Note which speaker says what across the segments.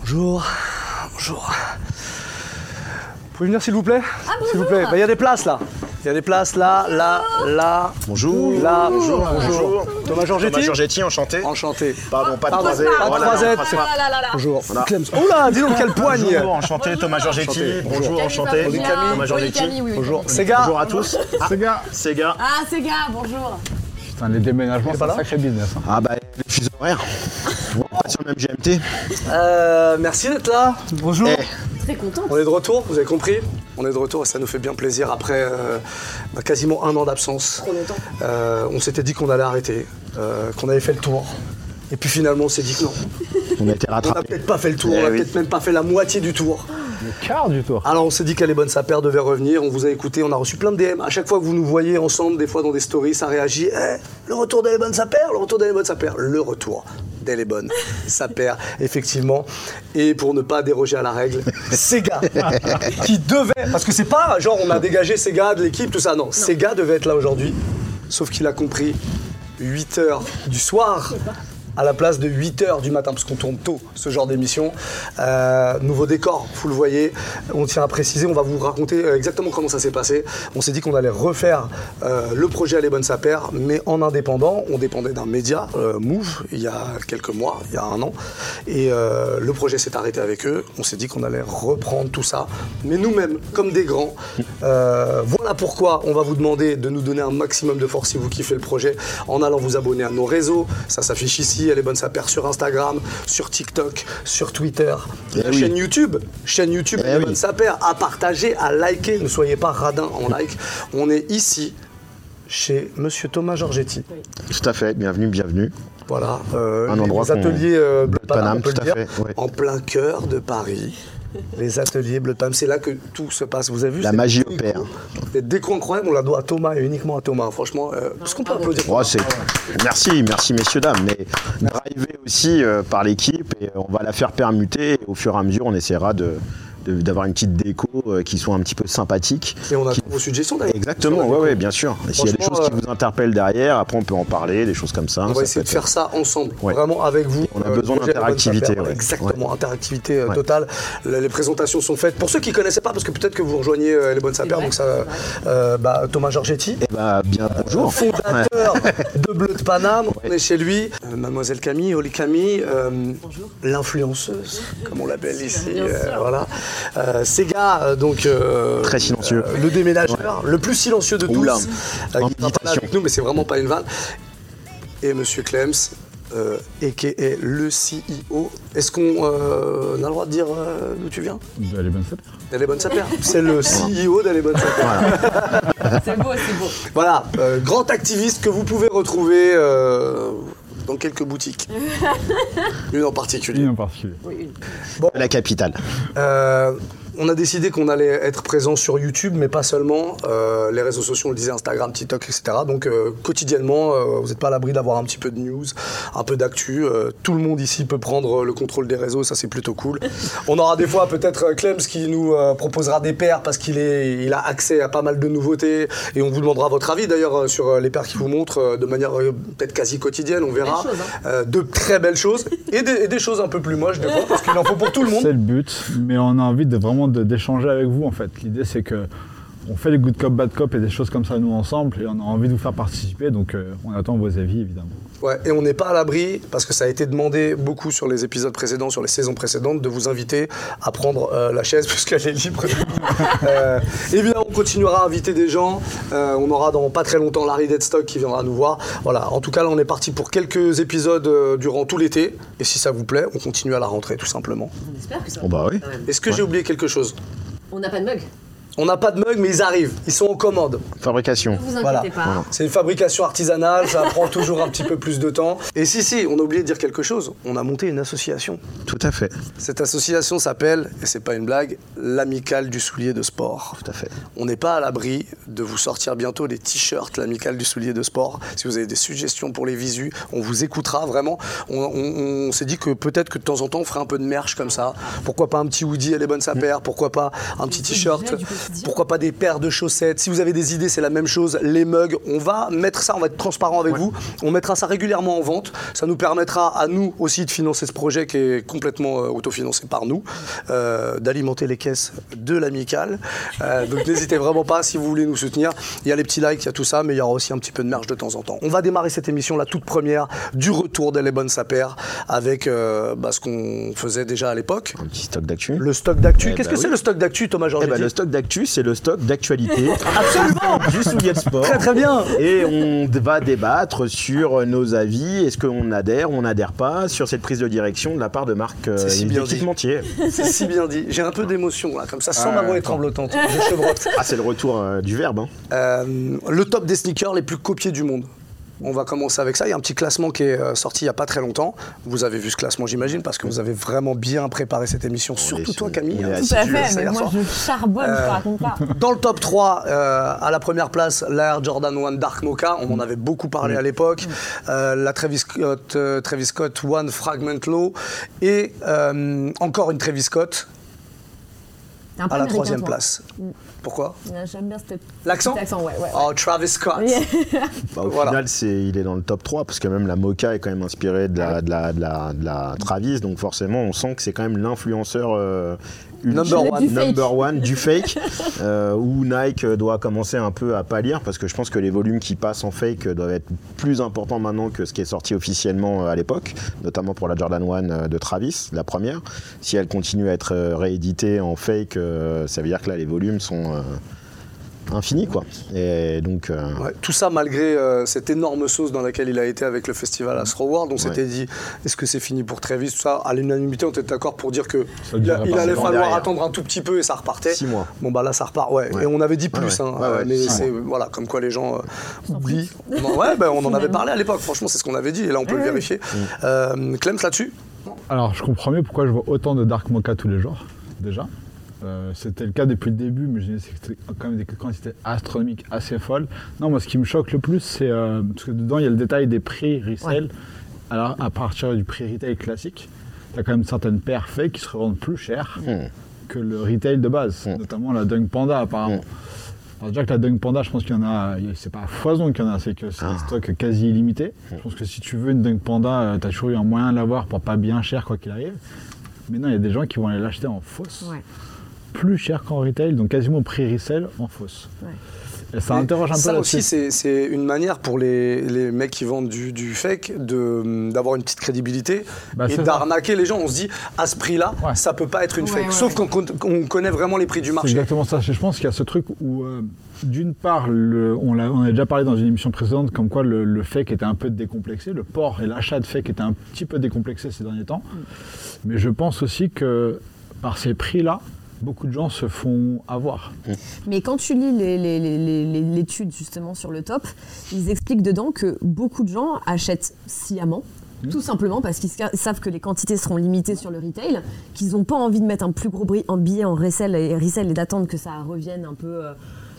Speaker 1: Bonjour. Bonjour. Vous pouvez venir s'il vous plaît
Speaker 2: Ah,
Speaker 1: S'il vous
Speaker 2: bonjour.
Speaker 1: plaît. Bah, Il y a des places là. Il y a des places là, là, là.
Speaker 3: Bonjour.
Speaker 1: Là, bonjour.
Speaker 3: Bonjour.
Speaker 1: Thomas Georgetti
Speaker 3: Thomas Giorgetti, enchanté.
Speaker 1: Enchanté.
Speaker 3: Pardon, pas de Oh
Speaker 1: Pardon,
Speaker 3: croisé.
Speaker 1: pas de
Speaker 3: Voilà,
Speaker 1: croisé.
Speaker 3: non,
Speaker 1: croisette.
Speaker 2: Ah là là là.
Speaker 1: Bonjour. Clems. Oh là, dis donc quelle poigne
Speaker 3: Bonjour, enchanté, Thomas Giorgetti. Bonjour, enchanté.
Speaker 2: Camille, Camille,
Speaker 3: Thomas Giorgetti.
Speaker 2: oui, oui.
Speaker 1: Bonjour. Sega.
Speaker 3: Bonjour à tous. Ah.
Speaker 4: Ces gars,
Speaker 3: C'est gars.
Speaker 2: Ah, c'est gars, bonjour.
Speaker 4: putain, les déménagements, c'est
Speaker 1: pas
Speaker 4: un
Speaker 1: là
Speaker 4: sacré business. hein.
Speaker 3: Ah bah, les fuseaux horaires. On va pas sur le même GMT.
Speaker 1: Euh, merci d'être là. Bonjour.
Speaker 3: Eh.
Speaker 2: Très contente.
Speaker 1: On est de retour, vous avez compris On est de retour et ça nous fait bien plaisir après euh, bah, quasiment un an d'absence.
Speaker 2: longtemps.
Speaker 1: Euh, on s'était dit qu'on allait arrêter, euh, qu'on avait fait le tour. Et puis finalement, on s'est dit que non.
Speaker 3: On a été
Speaker 1: On n'a
Speaker 3: rattrapés.
Speaker 1: peut-être pas fait le tour,
Speaker 3: Eh
Speaker 1: on n'a
Speaker 3: oui.
Speaker 1: peut-être même pas fait la moitié du tour.
Speaker 4: Quart du tour.
Speaker 1: Alors on s'est dit qu'elle est bonne, sa paire devait revenir, on vous a écouté, on a reçu plein de DM. À chaque fois que vous nous voyez ensemble, des fois dans des stories, ça réagit. Eh, le retour d'elle est bonne, sa paire, le retour d'elle est bonne, sa paire, le retour d'elle est bonne, sa paire, effectivement. Et pour ne pas déroger à la règle, Sega, qui devait, parce que c'est pas genre on a dégagé Sega de l'équipe, tout ça, non. Sega devait être là aujourd'hui, sauf qu'il a compris 8 heures du soir à la place de 8h du matin, parce qu'on tourne tôt ce genre d'émission. Euh, nouveau décor, vous le voyez, on tient à préciser, on va vous raconter euh, exactement comment ça s'est passé. On s'est dit qu'on allait refaire euh, le projet à les bonnes sapères, mais en indépendant, on dépendait d'un média, euh, Move, il y a quelques mois, il y a un an, et euh, le projet s'est arrêté avec eux. On s'est dit qu'on allait reprendre tout ça, mais nous-mêmes, comme des grands. Euh, voilà pourquoi on va vous demander de nous donner un maximum de force si vous kiffez le projet en allant vous abonner à nos réseaux. Ça s'affiche ici, elle est bonne, ça perd sur Instagram, sur TikTok, sur Twitter,
Speaker 3: Eh
Speaker 1: la
Speaker 3: oui.
Speaker 1: chaîne YouTube, chaîne YouTube,
Speaker 3: Eh
Speaker 1: elle est
Speaker 3: oui.
Speaker 1: bonne, ça perd, à partager, à liker. Ne soyez pas radin en like. On est ici chez Monsieur Thomas Giorgetti.
Speaker 3: Tout à fait, bienvenue, bienvenue.
Speaker 1: Voilà, euh,
Speaker 3: Un endroit
Speaker 1: les
Speaker 3: qu'on-
Speaker 1: ateliers euh, Bleu
Speaker 3: Bleu de
Speaker 1: Paname,
Speaker 3: Paname,
Speaker 1: on peut
Speaker 3: tout
Speaker 1: le
Speaker 3: à
Speaker 1: dire,
Speaker 3: fait, ouais.
Speaker 1: en plein cœur de Paris. Les ateliers Bleu de Paname, c'est là que tout se passe. Vous avez vu
Speaker 3: La
Speaker 1: c'est
Speaker 3: magie
Speaker 1: des
Speaker 3: opère.
Speaker 1: décos- Des décos incroyables, on la doit à Thomas et uniquement à Thomas. Franchement, euh, est-ce qu'on peut applaudir
Speaker 3: Oh, c'est- merci, merci messieurs, dames, mais drivé aussi euh, par l'équipe et on va la faire permuter et au fur et à mesure on essaiera de de- d'avoir une petite déco euh, qui soit un petit peu sympathique.
Speaker 1: Et on a
Speaker 3: qui-
Speaker 1: vos suggestions d'ailleurs.
Speaker 3: Exactement,
Speaker 1: Sur la
Speaker 3: ouais, ouais,
Speaker 1: déco.
Speaker 3: bien sûr. Et S'il y a des
Speaker 1: Franchement,
Speaker 3: choses qui
Speaker 1: euh,
Speaker 3: vous interpellent derrière, après on peut en parler, des choses comme ça.
Speaker 1: On
Speaker 3: Ça
Speaker 1: va essayer
Speaker 3: peut
Speaker 1: de
Speaker 3: être-
Speaker 1: faire ça ensemble,
Speaker 3: Ouais.
Speaker 1: vraiment avec vous.
Speaker 3: On a
Speaker 1: Euh,
Speaker 3: besoin
Speaker 1: le projet
Speaker 3: d'interactivité,
Speaker 1: Urban Sapper,
Speaker 3: ouais.
Speaker 1: Exactement,
Speaker 3: Ouais.
Speaker 1: interactivité euh,
Speaker 3: Ouais.
Speaker 1: totale. Les, les présentations sont faites. Pour ceux qui ne connaissaient pas, parce que peut-être que vous rejoignez euh, les bonnes sapeurs,
Speaker 2: vrai,
Speaker 1: donc ça, euh, bah, Thomas Giorgetti.
Speaker 3: Eh bah, bien, bonjour.
Speaker 1: fondateur de Bleu de Paname. On est chez lui. Euh, Mademoiselle Camille, Oli Camille, euh, l'influenceuse, comme on l'appelle ici.
Speaker 2: bien
Speaker 1: euh,
Speaker 2: sûr.
Speaker 1: voilà. Euh, Sega, euh, donc. euh,
Speaker 3: Très silencieux.
Speaker 1: euh, le déménageur, le plus silencieux de tous.
Speaker 3: Oula.
Speaker 1: Euh,
Speaker 3: En
Speaker 1: qui sera pas là
Speaker 3: méditation.
Speaker 1: avec nous, mais c'est vraiment pas une vanne. Et monsieur Clems. Euh, est le CEO. Est-ce qu'on euh, on a le droit de dire euh, d'où tu viens
Speaker 4: Elle est bonne cette
Speaker 1: D'Elle est bonne sa C'est le E CEO d'Elle est bonne sa
Speaker 2: C'est beau, c'est beau.
Speaker 1: voilà, euh, grand activiste que vous pouvez retrouver euh, dans quelques boutiques. Une en particulier.
Speaker 4: Une en particulier.
Speaker 3: La capitale.
Speaker 1: Euh, on a décidé qu'on allait être présent sur YouTube, mais pas seulement. Euh, les réseaux sociaux, on le disait, Instagram, TikTok, etc. Donc euh, quotidiennement, euh, vous n'êtes pas à l'abri d'avoir un petit peu de news, un peu d'actu. Euh, tout le monde ici peut prendre euh, le contrôle des réseaux, ça c'est plutôt cool. on aura des fois peut-être euh, Clems qui nous euh, proposera des paires parce qu'il est, il a accès à pas mal de nouveautés et on vous demandera votre avis d'ailleurs euh, sur euh, les paires qu'il vous montre euh, de manière euh, peut-être quasi quotidienne, on verra.
Speaker 2: Belles choses,
Speaker 1: Euh, de très belles choses et des, et des choses un peu plus moches des fois parce qu'il en faut pour tout le monde.
Speaker 4: C'est le but, mais on a envie de vraiment de- d'échanger avec vous en fait. L'idée c'est que on fait les good cop, bad cop et des choses comme ça nous ensemble et on a envie de vous faire participer donc euh, on attend vos avis évidemment.
Speaker 1: Ouais, et on n'est pas à l'abri, parce que ça a été demandé beaucoup sur les épisodes précédents, sur les saisons précédentes, de vous inviter à prendre euh, la chaise, puisqu'elle est libre. euh, évidemment, on continuera à inviter des gens. Euh, on aura dans pas très longtemps Larry Deadstock qui viendra nous voir. Voilà, en tout cas, là, on est parti pour quelques épisodes euh, durant tout l'été. Et si ça vous plaît, on continue à la rentrée, tout simplement.
Speaker 2: On espère que ça va.
Speaker 3: Bon, bah oui.
Speaker 2: quand même.
Speaker 1: Est-ce que j'ai oublié quelque chose
Speaker 2: On n'a pas de mug.
Speaker 1: On n'a pas de mug, mais ils arrivent. Ils sont en commande.
Speaker 3: Fabrication.
Speaker 2: Ne vous inquiétez
Speaker 1: Voilà.
Speaker 2: pas.
Speaker 1: C'est une fabrication artisanale, ça prend toujours un petit peu plus de temps. Et si, si, on a oublié de dire quelque chose. On a monté une association.
Speaker 3: Tout à fait.
Speaker 1: Cette association s'appelle, et c'est pas une blague, l'Amicale du Soulier de Sport.
Speaker 3: Tout à fait.
Speaker 1: On n'est pas à l'abri de vous sortir bientôt des t-shirts l'Amicale du Soulier de Sport. Si vous avez des suggestions pour les visus, on vous écoutera vraiment. On, on- on s'est dit que peut-être que de temps en temps, on ferait un peu de merch comme ça. Pourquoi pas un petit Woody, elle est bonne sa paire Pourquoi pas un petit
Speaker 2: C'est
Speaker 1: t-shirt
Speaker 2: obligé, du coup,
Speaker 1: Pourquoi pas des paires de chaussettes Si vous avez des idées, c'est la même chose. Les mugs, on va mettre ça, on va être transparent avec vous. On mettra ça régulièrement en vente. Ça nous permettra à nous aussi de financer ce projet qui est complètement euh, autofinancé par nous, euh, d'alimenter les caisses de l'amicale. Euh, donc n'hésitez vraiment pas si vous voulez nous soutenir. Il y a les petits likes, il y a tout ça, mais il y aura aussi un petit peu de marge de temps en temps. On va démarrer cette émission, la toute première, du retour d'Elle est bonne sa paire, avec euh, bah, ce qu'on faisait déjà à l'époque.
Speaker 3: Un petit stock d'actu.
Speaker 1: Le stock d'actu.
Speaker 3: Eh
Speaker 1: Qu'est-ce
Speaker 3: bah
Speaker 1: que
Speaker 3: oui.
Speaker 1: c'est le stock d'actu, Thomas
Speaker 3: Eh
Speaker 1: Georges
Speaker 3: ben, le stock d'actu, c'est le stock d'actualité.
Speaker 1: Absolument
Speaker 3: Juste où il y a le sport.
Speaker 1: Très très bien
Speaker 3: Et on d- va débattre sur euh, nos avis. Est-ce qu'on adhère, on n'adhère pas sur cette prise de direction de la part de Marc euh,
Speaker 1: C'est si bien dit.
Speaker 3: Équipementier.
Speaker 1: C'est si bien dit. J'ai un peu d'émotion là, comme ça, sans ma voix est tremblotante. Je chevrotte.
Speaker 3: Ah, c'est le retour euh, du verbe. hein.
Speaker 1: Euh, le top des sneakers les plus copiés du monde. On va commencer avec ça. Il y a un petit classement qui est euh, sorti il n'y a pas très longtemps. Vous avez vu ce classement, j'imagine, parce que vous avez vraiment bien préparé cette émission. Surtout
Speaker 3: est-
Speaker 1: toi, Camille.
Speaker 3: on est
Speaker 1: hein,
Speaker 3: assis.
Speaker 1: si
Speaker 2: Tout à
Speaker 1: tu veux,
Speaker 2: fait,
Speaker 1: ça
Speaker 2: mais
Speaker 1: hier
Speaker 2: moi
Speaker 1: soir.
Speaker 2: je charbonne, je te raconte pas.
Speaker 1: Dans le top 3, euh, à la première place, la Air Jordan 1 Dark Mocha. On en avait beaucoup parlé à l'époque. Euh, la Travis Scott, euh, Travis Scott One Fragment Low. Et euh, encore une Travis Scott
Speaker 2: T'es un peu
Speaker 1: à la
Speaker 2: américain,
Speaker 1: troisième
Speaker 2: toi.
Speaker 1: place. Pourquoi
Speaker 2: Ouais, J'aime bien cette-
Speaker 1: L'accent
Speaker 2: cet accent, ouais, ouais.
Speaker 1: Oh, Travis Scott
Speaker 3: Bah, au
Speaker 1: Voilà.
Speaker 3: final, c'est, il est dans le top 3 parce que même la Mocha est quand même inspirée de la, de la, de la- de la Travis. Donc forcément, on sent que c'est quand même l'influenceur euh, ultime,
Speaker 1: Number
Speaker 2: one. Du fake.
Speaker 3: number one du fake euh, où Nike doit commencer un peu à pâlir parce que je pense que les volumes qui passent en fake euh, doivent être plus importants maintenant que ce qui est sorti officiellement euh, à l'époque, notamment pour la Jordan 1 euh, de Travis, la première. Si elle continue à être euh, rééditée en fake, euh, ça veut dire que là, les volumes sont... euh, infinis quoi et donc euh,
Speaker 1: Ouais, tout ça malgré euh, cette énorme sauce dans laquelle il a été avec le festival Astro World. On s'était dit, est-ce que c'est fini pour Travis Tout ça, à l'unanimité, on était d'accord pour dire que il, a-
Speaker 4: Ça durerait
Speaker 1: il
Speaker 4: pas
Speaker 1: allait
Speaker 3: longtemps
Speaker 1: falloir
Speaker 3: derrière.
Speaker 1: attendre un tout petit peu et ça repartait.
Speaker 3: Six mois.
Speaker 1: Bon, bah là, ça repart, ouais.
Speaker 3: Ouais.
Speaker 1: Et on avait dit
Speaker 3: Ouais,
Speaker 1: plus,
Speaker 3: ouais.
Speaker 1: hein,
Speaker 3: Ouais, ouais,
Speaker 1: mais
Speaker 3: six
Speaker 1: c'est voilà, comme quoi les gens euh, oublient. Non, ouais, ben, on en avait parlé à l'époque, franchement, c'est ce qu'on avait dit, et là, on peut le vérifier.
Speaker 3: Mm.
Speaker 1: Euh, Clem, là-dessus
Speaker 4: Alors, je comprends mieux pourquoi je vois autant de Dark Mocha tous les jours, déjà. Euh, c'était le cas depuis le début, mais je disais que c'était quand même des quantités astronomiques assez folles. Non, moi, ce qui me choque le plus, c'est. euh, parce que dedans, il y a le détail des prix resale. Alors, à partir du prix retail classique, tu as quand même certaines paires fake qui se revendent plus cher
Speaker 1: Hmm.
Speaker 4: que le retail de base,
Speaker 3: Mm.
Speaker 4: notamment la Dunk Panda, apparemment.
Speaker 1: Hmm.
Speaker 4: Alors déjà que la Dunk Panda, je pense qu'il y en a, c'est pas à foison qu'il y en a, c'est que c'est
Speaker 1: Ah.
Speaker 4: un stock quasi illimité.
Speaker 1: Hmm.
Speaker 4: Je pense que si tu veux une Dunk Panda, tu t'as toujours eu un moyen de l'avoir pour pas bien cher quoi qu'il arrive. Mais non, il y a des gens qui vont aller l'acheter en fausse,
Speaker 2: Ouais.
Speaker 4: plus cher qu'en retail, donc quasiment au prix resell en fausse.
Speaker 2: Ouais.
Speaker 4: Et ça interroge un peu
Speaker 1: ça
Speaker 4: là-dessus.
Speaker 1: aussi, c'est c'est une manière pour les, les mecs qui vendent du, du fake de- d'avoir une petite crédibilité
Speaker 4: Bah,
Speaker 1: et
Speaker 4: c'est ça.
Speaker 1: d'arnaquer les gens. On se dit, à ce prix-là,
Speaker 4: Ouais.
Speaker 1: ça peut pas être une
Speaker 2: Ouais,
Speaker 1: fake.
Speaker 2: ouais,
Speaker 1: Sauf
Speaker 2: ouais.
Speaker 1: qu'on con- qu'on connaît vraiment les prix du
Speaker 4: C'est
Speaker 1: marché.
Speaker 4: exactement ça. Je pense qu'il y a ce truc où, euh, d'une part, le- on, l'a- on a déjà parlé dans une émission précédente, comme quoi le, le fake était un peu décomplexé, le port et l'achat de fake était un petit peu décomplexé ces derniers temps.
Speaker 1: Mm.
Speaker 4: Mais je pense aussi que par ces prix-là, beaucoup de gens se font avoir.
Speaker 2: Mais quand tu lis les- les- les- les- les- l'étude justement sur le top, ils expliquent dedans que beaucoup de gens achètent sciemment. Tout simplement parce qu'ils sa- savent que les quantités seront limitées sur le retail, qu'ils n'ont pas envie de mettre un plus gros bri- en billet en resell et, resell et d'attendre que ça revienne un peu euh,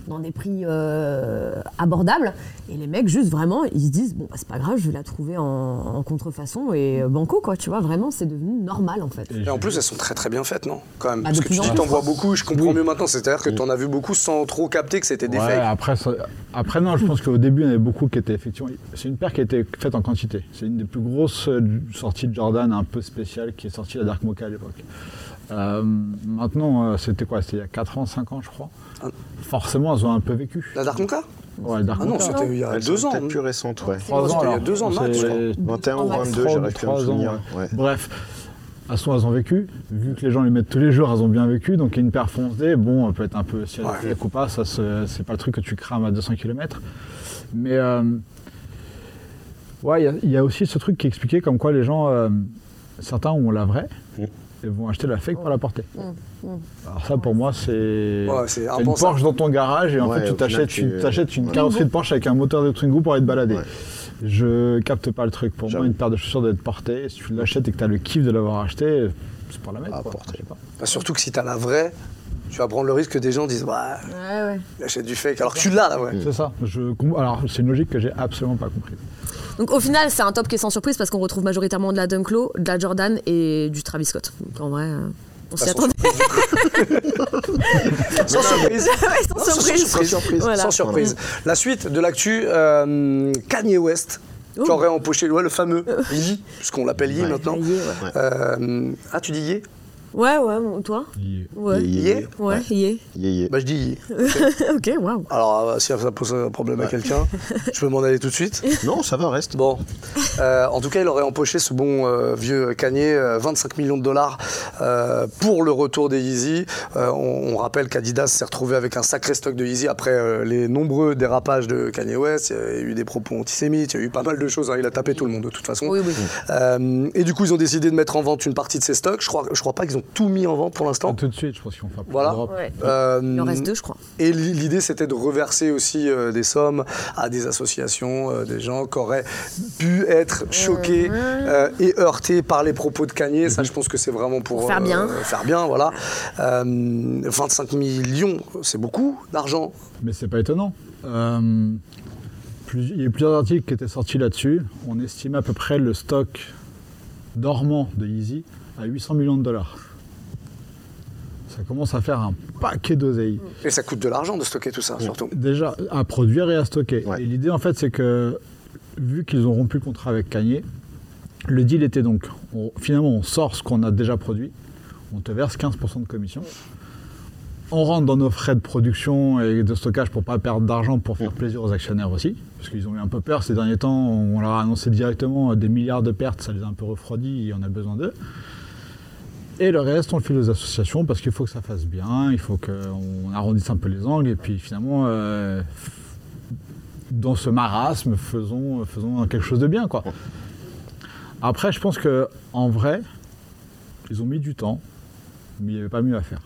Speaker 2: dans des prix euh, abordables. Et les mecs, juste vraiment, ils se disent Bon, bah, c'est pas grave, je vais la trouver en, en contrefaçon et euh, banco, quoi. Tu vois, vraiment, c'est devenu normal en fait.
Speaker 4: Et
Speaker 1: Et en
Speaker 4: je-
Speaker 1: plus, elles sont très très bien faites, non Quand
Speaker 4: Ah,
Speaker 1: même.
Speaker 2: Bah,
Speaker 1: Parce
Speaker 2: de
Speaker 1: que
Speaker 2: plus
Speaker 1: tu
Speaker 2: en
Speaker 1: dis,
Speaker 2: plus.
Speaker 1: t'en vois beaucoup, je comprends
Speaker 4: Oui.
Speaker 1: mieux maintenant. C'est-à-dire que t'en as vu beaucoup sans trop capter que c'était des
Speaker 4: Ouais,
Speaker 1: fakes.
Speaker 4: après, ça- après, non, je pense qu'au début, il y en avait beaucoup qui étaient effectivement. C'est une paire qui a été faite en quantité. C'est une des plus grosses euh, sorties de Jordan un peu spéciale qui est sortie la Dark Mocha à l'époque. Euh, maintenant, euh, c'était quoi C'était il y a 4 ans, 5 ans, je crois. Forcément, elles ont un peu vécu.
Speaker 1: Ah. La Dark Mocha
Speaker 4: Ouais, la Dark
Speaker 1: Ah non,
Speaker 4: Mocha.
Speaker 1: c'était il y a
Speaker 3: Elles
Speaker 1: deux
Speaker 3: sont
Speaker 1: ans. hein.
Speaker 3: peut-être plus récentes, ouais.
Speaker 2: Trois
Speaker 1: c'était il y a
Speaker 4: alors.
Speaker 1: deux ans max,
Speaker 4: C'est-
Speaker 1: je
Speaker 2: Oh,
Speaker 1: crois.
Speaker 3: 21 ou
Speaker 2: Ouais.
Speaker 3: 22,
Speaker 4: Trois- trois
Speaker 3: j'arrive plus à me
Speaker 4: ans,
Speaker 3: souvenir.
Speaker 4: ouais.
Speaker 3: Ouais.
Speaker 4: Bref, à ce moment, elles ont vécu. Vu que les gens les mettent tous les jours, elles ont bien vécu. Donc, une paire foncée, bon, elle peut être un peu si elle est
Speaker 1: Ouais.
Speaker 4: fake ou pas. Ça, se- c'est pas le truc que tu crames à 200 km. Mais, euh, ouais, il y a- il y, a aussi ce truc qui expliquait comme quoi les gens, euh, certains ont la vraie
Speaker 3: Mm.
Speaker 4: et vont acheter la fake pour la porter.
Speaker 2: Mm, mm.
Speaker 4: Alors, ça, pour moi, c'est.
Speaker 1: Ouais, c'est
Speaker 4: t'as une
Speaker 1: impensable.
Speaker 4: Porsche dans ton garage et en
Speaker 3: Ouais,
Speaker 4: fait, tu
Speaker 3: au final,
Speaker 4: t'achètes
Speaker 3: tu-
Speaker 4: une, t'achètes une
Speaker 3: Ouais.
Speaker 4: carrosserie de Porsche avec un moteur de Twingo pour aller te balader.
Speaker 3: Ouais.
Speaker 4: Je capte pas le truc. Pour moi,
Speaker 3: J'avoue.
Speaker 4: une paire de chaussures doit être portée. Si tu l'achètes et que tu as le kiff de l'avoir acheté, c'est pour la mettre.
Speaker 3: Ah,
Speaker 4: quoi.
Speaker 3: portée.
Speaker 4: Je sais pas.
Speaker 1: Bah, surtout que si t'as la vraie, tu vas prendre le risque que des gens disent, bah,
Speaker 2: Ouais, ouais.
Speaker 1: il achète du fake. Alors que tu l'as, la vraie.
Speaker 4: C'est ça. Je com- Alors, c'est une logique que j'ai absolument pas comprise.
Speaker 2: Donc au final, c'est un top qui est sans surprise parce qu'on retrouve majoritairement de la Dunk Low, de la Jordan et du Travis Scott. Donc en vrai, euh, On
Speaker 1: Pas
Speaker 2: s'y
Speaker 1: sans
Speaker 2: attendait.
Speaker 1: Sans surprise.
Speaker 2: Ouais, sans
Speaker 1: Non, sans
Speaker 2: surprise.
Speaker 1: surprise.
Speaker 3: Sans surprise.
Speaker 2: Voilà.
Speaker 1: Sans surprise. La suite de l'actu, euh, Kanye West, qui
Speaker 2: Oh.
Speaker 1: aurait empoché ouais, le fameux Yee, puisqu'on l'appelle Yee
Speaker 3: Ouais.
Speaker 1: maintenant.
Speaker 2: Ouais, yeah, ouais.
Speaker 1: Euh, ah, tu dis Yee
Speaker 2: Ouais, ouais, bon, toi
Speaker 4: Il-
Speaker 2: Ouais.
Speaker 3: Yé,
Speaker 1: Yé.
Speaker 3: yé.
Speaker 2: Ouais, yeah.
Speaker 3: Yé, yé.
Speaker 1: Bah, je dis Yee.
Speaker 2: ok, waouh.
Speaker 1: Alors, euh, si ça pose un problème à quelqu'un, je peux m'en aller tout de suite.
Speaker 3: Non, ça va, reste.
Speaker 1: Bon, Euh, en tout cas, il aurait empoché ce bon euh, vieux Kanye, euh, 25 millions de dollars euh, pour le retour des Yeezy. Euh, on, on rappelle qu'Adidas s'est retrouvé avec un sacré stock de Yeezy après euh, les nombreux dérapages de Kanye West. Il y a eu des propos antisémites, il y a eu pas mal de choses. hein. Il a tapé tout le monde de toute façon.
Speaker 2: Oui, oui.
Speaker 1: Euh, et du coup, ils ont décidé de mettre en vente une partie de ces stocks. Je crois, je crois pas qu'ils ont tout mis en vente pour
Speaker 4: Pas
Speaker 1: l'instant.
Speaker 4: tout de suite, je pense qu'on fait
Speaker 1: Voilà.
Speaker 2: Ouais.
Speaker 1: Euh,
Speaker 2: Il en reste deux, je crois.
Speaker 1: et l'i- l'idée, c'était de reverser aussi euh, des sommes à des associations, euh, des gens qui auraient pu être
Speaker 2: Mhm.
Speaker 1: choqués euh, et heurtés par les propos de Kanye.
Speaker 4: Mhm.
Speaker 1: Ça, je pense que c'est vraiment pour, euh,
Speaker 2: Pour faire bien.
Speaker 1: faire bien, voilà. Euh, 25 millions, c'est beaucoup d'argent.
Speaker 4: Mais c'est pas étonnant. Euh, plus- il y a eu plusieurs articles qui étaient sortis là-dessus. On estimait à peu près le stock dormant de Yeezy à 800 millions de dollars. Ça commence à faire un paquet d'oseilles.
Speaker 1: Et ça coûte de l'argent de stocker tout ça, surtout.
Speaker 4: Déjà, à produire et à stocker.
Speaker 3: Ouais.
Speaker 4: Et l'idée, en fait, c'est que, vu qu'ils ont rompu le contrat avec Kanye, le deal était donc, on- finalement, on sort ce qu'on a déjà produit, on te verse 15% de commission, on rentre dans nos frais de production et de stockage pour pas perdre d'argent, pour faire plaisir aux actionnaires aussi, parce qu'ils ont eu un peu peur ces derniers temps, on leur a annoncé directement euh, des milliards de pertes, ça les a un peu refroidis et on a besoin d'eux. Et le reste, on le file aux associations parce qu'il faut que ça fasse bien, il faut qu'on arrondisse un peu les angles. Et puis finalement, euh, dans ce marasme, faisons, faisons quelque chose de bien. Quoi. Après, je pense que en vrai, ils ont mis du temps, mais il n'y avait pas mieux à faire.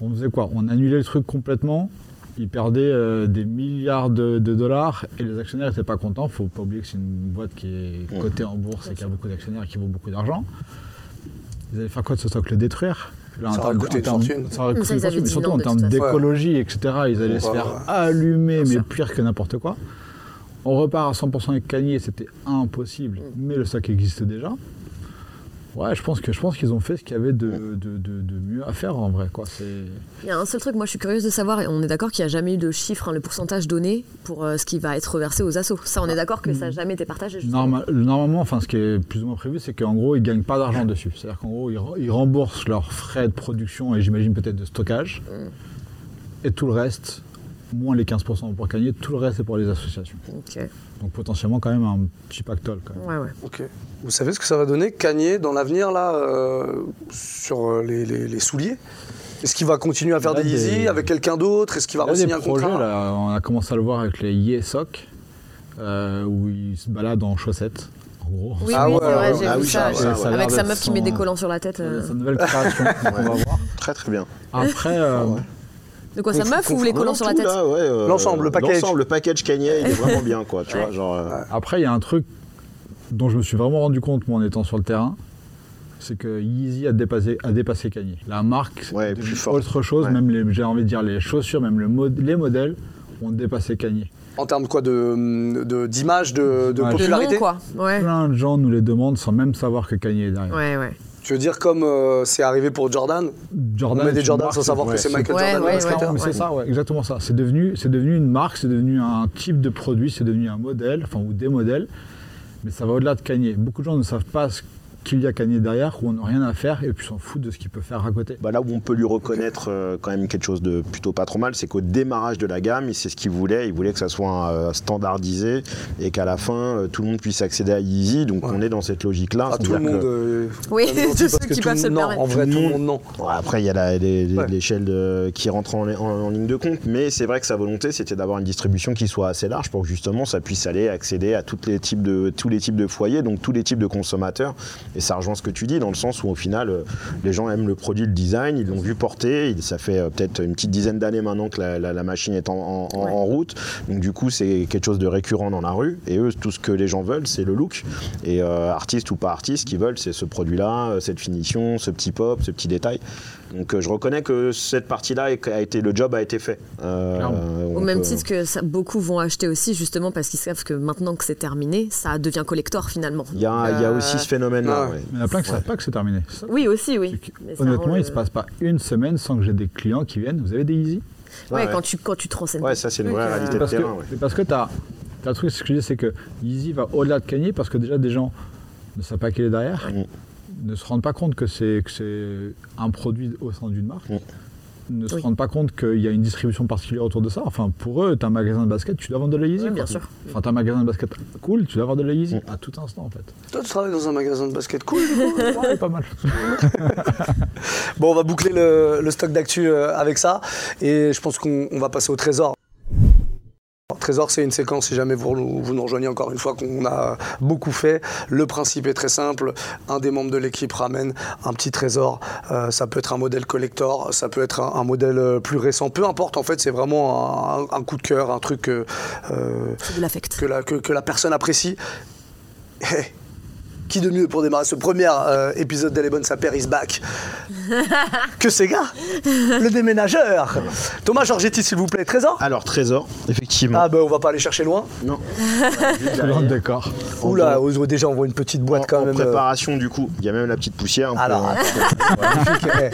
Speaker 4: On faisait quoi On annulait le truc complètement. Ils perdaient euh, des milliards de, de dollars et les actionnaires n'étaient pas contents. faut pas oublier que c'est une boîte qui est cotée en bourse et qui a beaucoup d'actionnaires et qui vaut beaucoup d'argent. Ils allaient faire quoi de ce stock Le détruire Là, en
Speaker 1: Ça aurait
Speaker 4: termes-
Speaker 1: coûté
Speaker 4: en
Speaker 1: une
Speaker 4: termes-
Speaker 1: fortune.
Speaker 4: Ça aurait
Speaker 2: Mais
Speaker 4: coûté
Speaker 2: ça,
Speaker 4: une
Speaker 2: ils avaient
Speaker 4: fortune, mais
Speaker 2: dit
Speaker 4: surtout
Speaker 2: non,
Speaker 4: en
Speaker 2: de
Speaker 4: termes
Speaker 2: toute façon.
Speaker 4: d'écologie, etc. Ils allaient se
Speaker 1: Ouais,
Speaker 4: faire
Speaker 1: ouais.
Speaker 4: allumer, mais
Speaker 2: sûr.
Speaker 4: pire que n'importe quoi. On repart à 100% avec Kanye, c'était
Speaker 1: Mm.
Speaker 4: impossible, mais le sac existait déjà. Ouais, je pense que je pense qu'ils ont fait ce qu'il y avait
Speaker 1: Mm.
Speaker 4: de, de- de- de mieux à faire en vrai. Quoi. C'est-
Speaker 2: Il y a un seul truc, moi je suis curieuse de savoir, et on est d'accord qu'il n'y a jamais eu de chiffre, hein, le pourcentage donné pour euh, ce qui va être reversé aux assos. Ça, on est d'accord que ça n'a jamais été partagé. justement.
Speaker 4: Norma- normalement, enfin, ce qui est plus ou moins prévu, c'est qu'en gros, ils gagnent pas d'argent dessus. C'est-à-dire qu'en gros, ils, re- ils remboursent leurs frais de production et j'imagine peut-être de stockage.
Speaker 1: Mm.
Speaker 4: Et tout le reste, moins les 15% pour Kanye, tout le reste est pour les associations.
Speaker 2: Ok.
Speaker 4: Donc potentiellement quand même un petit pactole quand même.
Speaker 2: euh, Ouais, ouais.
Speaker 1: Ok. Vous savez ce que ça va donner, Kanye, dans l'avenir, là, euh, sur euh, les, les- les souliers Est-ce qu'il va continuer à faire
Speaker 4: Il a
Speaker 1: des Yeezy
Speaker 4: des-
Speaker 1: avec quelqu'un d'autre Est-ce qu'il va
Speaker 4: Il y a
Speaker 1: re-signer
Speaker 4: des
Speaker 1: Bah, un
Speaker 4: projets,
Speaker 1: contrat
Speaker 4: là, on a commencé à le voir avec les Yesoc, euh, où ils se baladent en chaussettes, en gros.
Speaker 2: Oui,
Speaker 1: Ah
Speaker 2: oui,
Speaker 1: ouais,
Speaker 2: c'est vrai,
Speaker 1: ouais,
Speaker 2: j'ai
Speaker 1: ah
Speaker 2: vu
Speaker 1: oui,
Speaker 2: ça.
Speaker 1: ça,
Speaker 2: j'ai-
Speaker 3: ouais, ça a
Speaker 2: avec
Speaker 4: l'air
Speaker 2: sa
Speaker 4: d'être
Speaker 2: meuf qui met
Speaker 4: son-
Speaker 2: des collants sur la tête. euh.
Speaker 4: Sa nouvelle création, on va voir.
Speaker 3: Très, très bien.
Speaker 4: Après,
Speaker 1: Ah
Speaker 4: euh,
Speaker 2: De quoi, sa
Speaker 1: Conf-
Speaker 2: meuf ou
Speaker 1: conf-
Speaker 2: les
Speaker 3: Non,
Speaker 2: collants
Speaker 3: non,
Speaker 2: sur la
Speaker 3: tout,
Speaker 2: tête
Speaker 3: là, ouais, euh,
Speaker 1: L'ensemble, le package.
Speaker 3: L'ensemble, le package Kanye, il est vraiment bien, quoi. Tu vois, genre. euh,
Speaker 4: après, il y a un truc dont je me suis vraiment rendu compte, moi, en étant sur le terrain, c'est que Yeezy a dépassé, a dépassé Kanye. La marque,
Speaker 3: Ouais,
Speaker 4: est devenue
Speaker 3: plus forte.
Speaker 4: autre chose,
Speaker 3: Ouais.
Speaker 4: même les- j'ai envie de dire les chaussures, même le mod- les modèles ont dépassé Kanye.
Speaker 1: En termes quoi de de- d'image, de, de
Speaker 4: Ouais.
Speaker 2: De nom,
Speaker 1: popularité
Speaker 2: quoi. Ouais.
Speaker 4: Plein de gens nous les demandent sans même savoir que Kanye est derrière.
Speaker 2: Ouais, ouais.
Speaker 1: Tu veux dire comme euh, c'est arrivé pour Jordan On
Speaker 4: Jordan
Speaker 1: met
Speaker 4: est
Speaker 1: des
Speaker 4: une
Speaker 1: Jordan
Speaker 4: marque,
Speaker 1: sans savoir que
Speaker 3: ouais,
Speaker 1: c'est Michael
Speaker 2: ouais,
Speaker 1: Jordan
Speaker 2: ouais,
Speaker 1: le skater.
Speaker 4: Non, mais
Speaker 2: ouais.
Speaker 4: c'est ça, ouais, exactement ça. C'est devenu, c'est devenu une marque, c'est devenu un type de produit, c'est devenu un modèle, enfin ou des modèles, mais ça va au-delà de Kanye. Beaucoup de gens ne savent pas ce qu'il y a Kanye derrière, où on n'a rien à faire et puis s'en foutent de ce qu'il peut faire à côté.
Speaker 3: bah, là où on peut lui reconnaître euh, quand même quelque chose de plutôt pas trop mal, c'est qu'au démarrage de la gamme, c'est ce qu'il voulait. Il voulait que ça soit euh, standardisé et qu'à la fin, euh, tout le monde puisse accéder à Yeezy. Donc
Speaker 1: Ouais.
Speaker 3: on est dans cette logique-là.
Speaker 1: Ah, tout le
Speaker 3: C'est-à-dire
Speaker 1: monde.
Speaker 3: que-
Speaker 1: euh,
Speaker 2: Oui,
Speaker 1: pas gentil,
Speaker 2: tous
Speaker 1: parce
Speaker 2: ceux
Speaker 1: que
Speaker 2: qui
Speaker 1: tout
Speaker 2: peuvent se le
Speaker 1: non,
Speaker 2: permettre.
Speaker 1: En vrai, tout
Speaker 3: Tout
Speaker 1: le
Speaker 3: le
Speaker 1: monde, non.
Speaker 3: Bon, après, il y a la- les- les-
Speaker 1: Ouais.
Speaker 3: l'échelle de- qui rentre en, en- en ligne de compte, mais c'est vrai que sa volonté, c'était d'avoir une distribution qui soit assez large pour que justement ça puisse aller accéder à toutes les types de, tous les types de foyers, donc tous les types de consommateurs. Et ça rejoint ce que tu dis, dans le sens où au final, euh, les gens aiment le produit, le design, ils l'ont vu porter. Il- Ça fait euh, peut-être une petite dizaine d'années maintenant que la, la- la machine est en, en- en-
Speaker 2: Ouais.
Speaker 3: en route. Donc du coup, c'est quelque chose de récurrent dans la rue. Et eux, tout ce que les gens veulent, c'est le look. Et euh, artiste ou pas artiste, ce qu'ils veulent, c'est ce produit-là, euh, cette finition, ce petit pop, ce petit détail. Donc euh, je reconnais que cette partie-là est- a été, le job a été fait. Euh,
Speaker 4: Clairement.
Speaker 3: donc,
Speaker 2: Au même
Speaker 3: euh,
Speaker 2: titre que ça- beaucoup vont acheter aussi, justement, parce qu'ils savent que Ah maintenant que c'est terminé, ça devient collector finalement.
Speaker 3: Il y, a il y a aussi ce phénomène-là.
Speaker 1: ça.
Speaker 3: ouais.
Speaker 4: Mais il y en a plein qui savent pas que c'est terminé. C'est ça.
Speaker 2: Oui, aussi,
Speaker 4: C'est
Speaker 2: oui.
Speaker 4: que,
Speaker 2: Mais ça
Speaker 4: Honnêtement,
Speaker 2: rend
Speaker 4: il
Speaker 2: le-
Speaker 4: se passe pas une semaine sans que j'ai des clients qui viennent. Vous avez des easy
Speaker 2: Ouais,
Speaker 3: Ouais,
Speaker 2: Quand, tu, quand tu te renseignes.
Speaker 3: Ouais, ça, c'est une
Speaker 2: Oui,
Speaker 3: vraie
Speaker 2: que-
Speaker 4: C'est
Speaker 3: réalité de
Speaker 4: Ah, parce,
Speaker 3: terrain.
Speaker 4: que-
Speaker 3: ouais.
Speaker 4: c'est parce que t'as as un truc, ce que je disais, c'est que Easy va au-delà de Kanye parce que déjà des gens ne savent pas qu'il est derrière,
Speaker 3: Mm.
Speaker 4: ne se rendent pas compte que c'est que c'est un produit au sein d'une marque,
Speaker 3: Mm.
Speaker 4: ne se
Speaker 2: Oui.
Speaker 4: rendent pas compte qu'il y a une distribution particulière autour de ça. Enfin, pour eux, t'as un magasin de basket, tu dois vendre de la Yeezy.
Speaker 2: Ouais, bien
Speaker 4: quoi.
Speaker 2: sûr.
Speaker 4: Enfin, t'as un magasin de basket cool, tu dois avoir de la Yeezy
Speaker 3: Mm.
Speaker 4: à tout instant en fait.
Speaker 1: Toi, tu travailles dans un magasin de basket cool. du coup
Speaker 4: Ouais, pas mal.
Speaker 1: bon, on va boucler le, le stock d'actu euh, avec ça. Et je pense qu'on on va passer au trésor. Alors, Trésor, c'est une séquence, si jamais vous, nous- vous nous rejoignez encore une fois, qu'on a beaucoup fait. Le principe est très simple. Un des membres de l'équipe ramène un petit trésor. Euh, ça peut être un modèle collector, ça peut être un, un modèle euh, plus récent. Peu importe, en fait, c'est vraiment un, un coup de cœur, un truc euh, euh,
Speaker 2: C'est de l'affect.
Speaker 1: que la, que, que la personne apprécie. Eh, qui de mieux pour démarrer ce premier euh, épisode d'Elebon Saper is back que ces gars Le déménageur Thomas Georgetti, s'il vous plaît, trésor
Speaker 3: Alors, Trésor, effectivement.
Speaker 1: Ah ben on va pas aller chercher loin.
Speaker 2: Ah.
Speaker 3: non.
Speaker 4: Dans le décor.
Speaker 1: Oula, on- déjà on voit une petite boîte
Speaker 3: En,
Speaker 1: quand
Speaker 3: en
Speaker 1: même. euh,
Speaker 3: préparation, du coup, il y a même la petite poussière. un peu,
Speaker 1: Alors,
Speaker 3: hein.
Speaker 1: eh,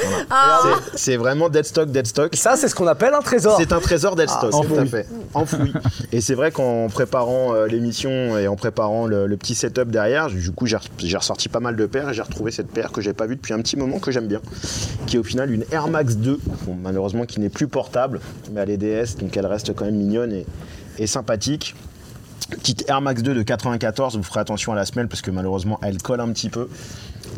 Speaker 3: C'est- c'est vraiment dead stock, dead stock.
Speaker 1: ça c'est ce qu'on appelle un trésor.
Speaker 3: C'est un trésor d'Elstock,
Speaker 1: Ah,
Speaker 3: tout à
Speaker 1: enfoui.
Speaker 3: fait. Enfoui. Et c'est vrai qu'en préparant euh, l'émission et en préparant le, le petit setup derrière, du coup, j'ai re- j'ai ressorti pas mal de paires et j'ai retrouvé cette paire que j'ai pas vue depuis un petit moment que j'aime bien, qui est au final une Air Max 2, bon, malheureusement qui n'est plus portable, mais elle est DS, donc elle reste quand même mignonne et, et sympathique. Petite Air Max 2 de 94, vous ferez attention à la semelle parce que malheureusement elle colle un petit peu.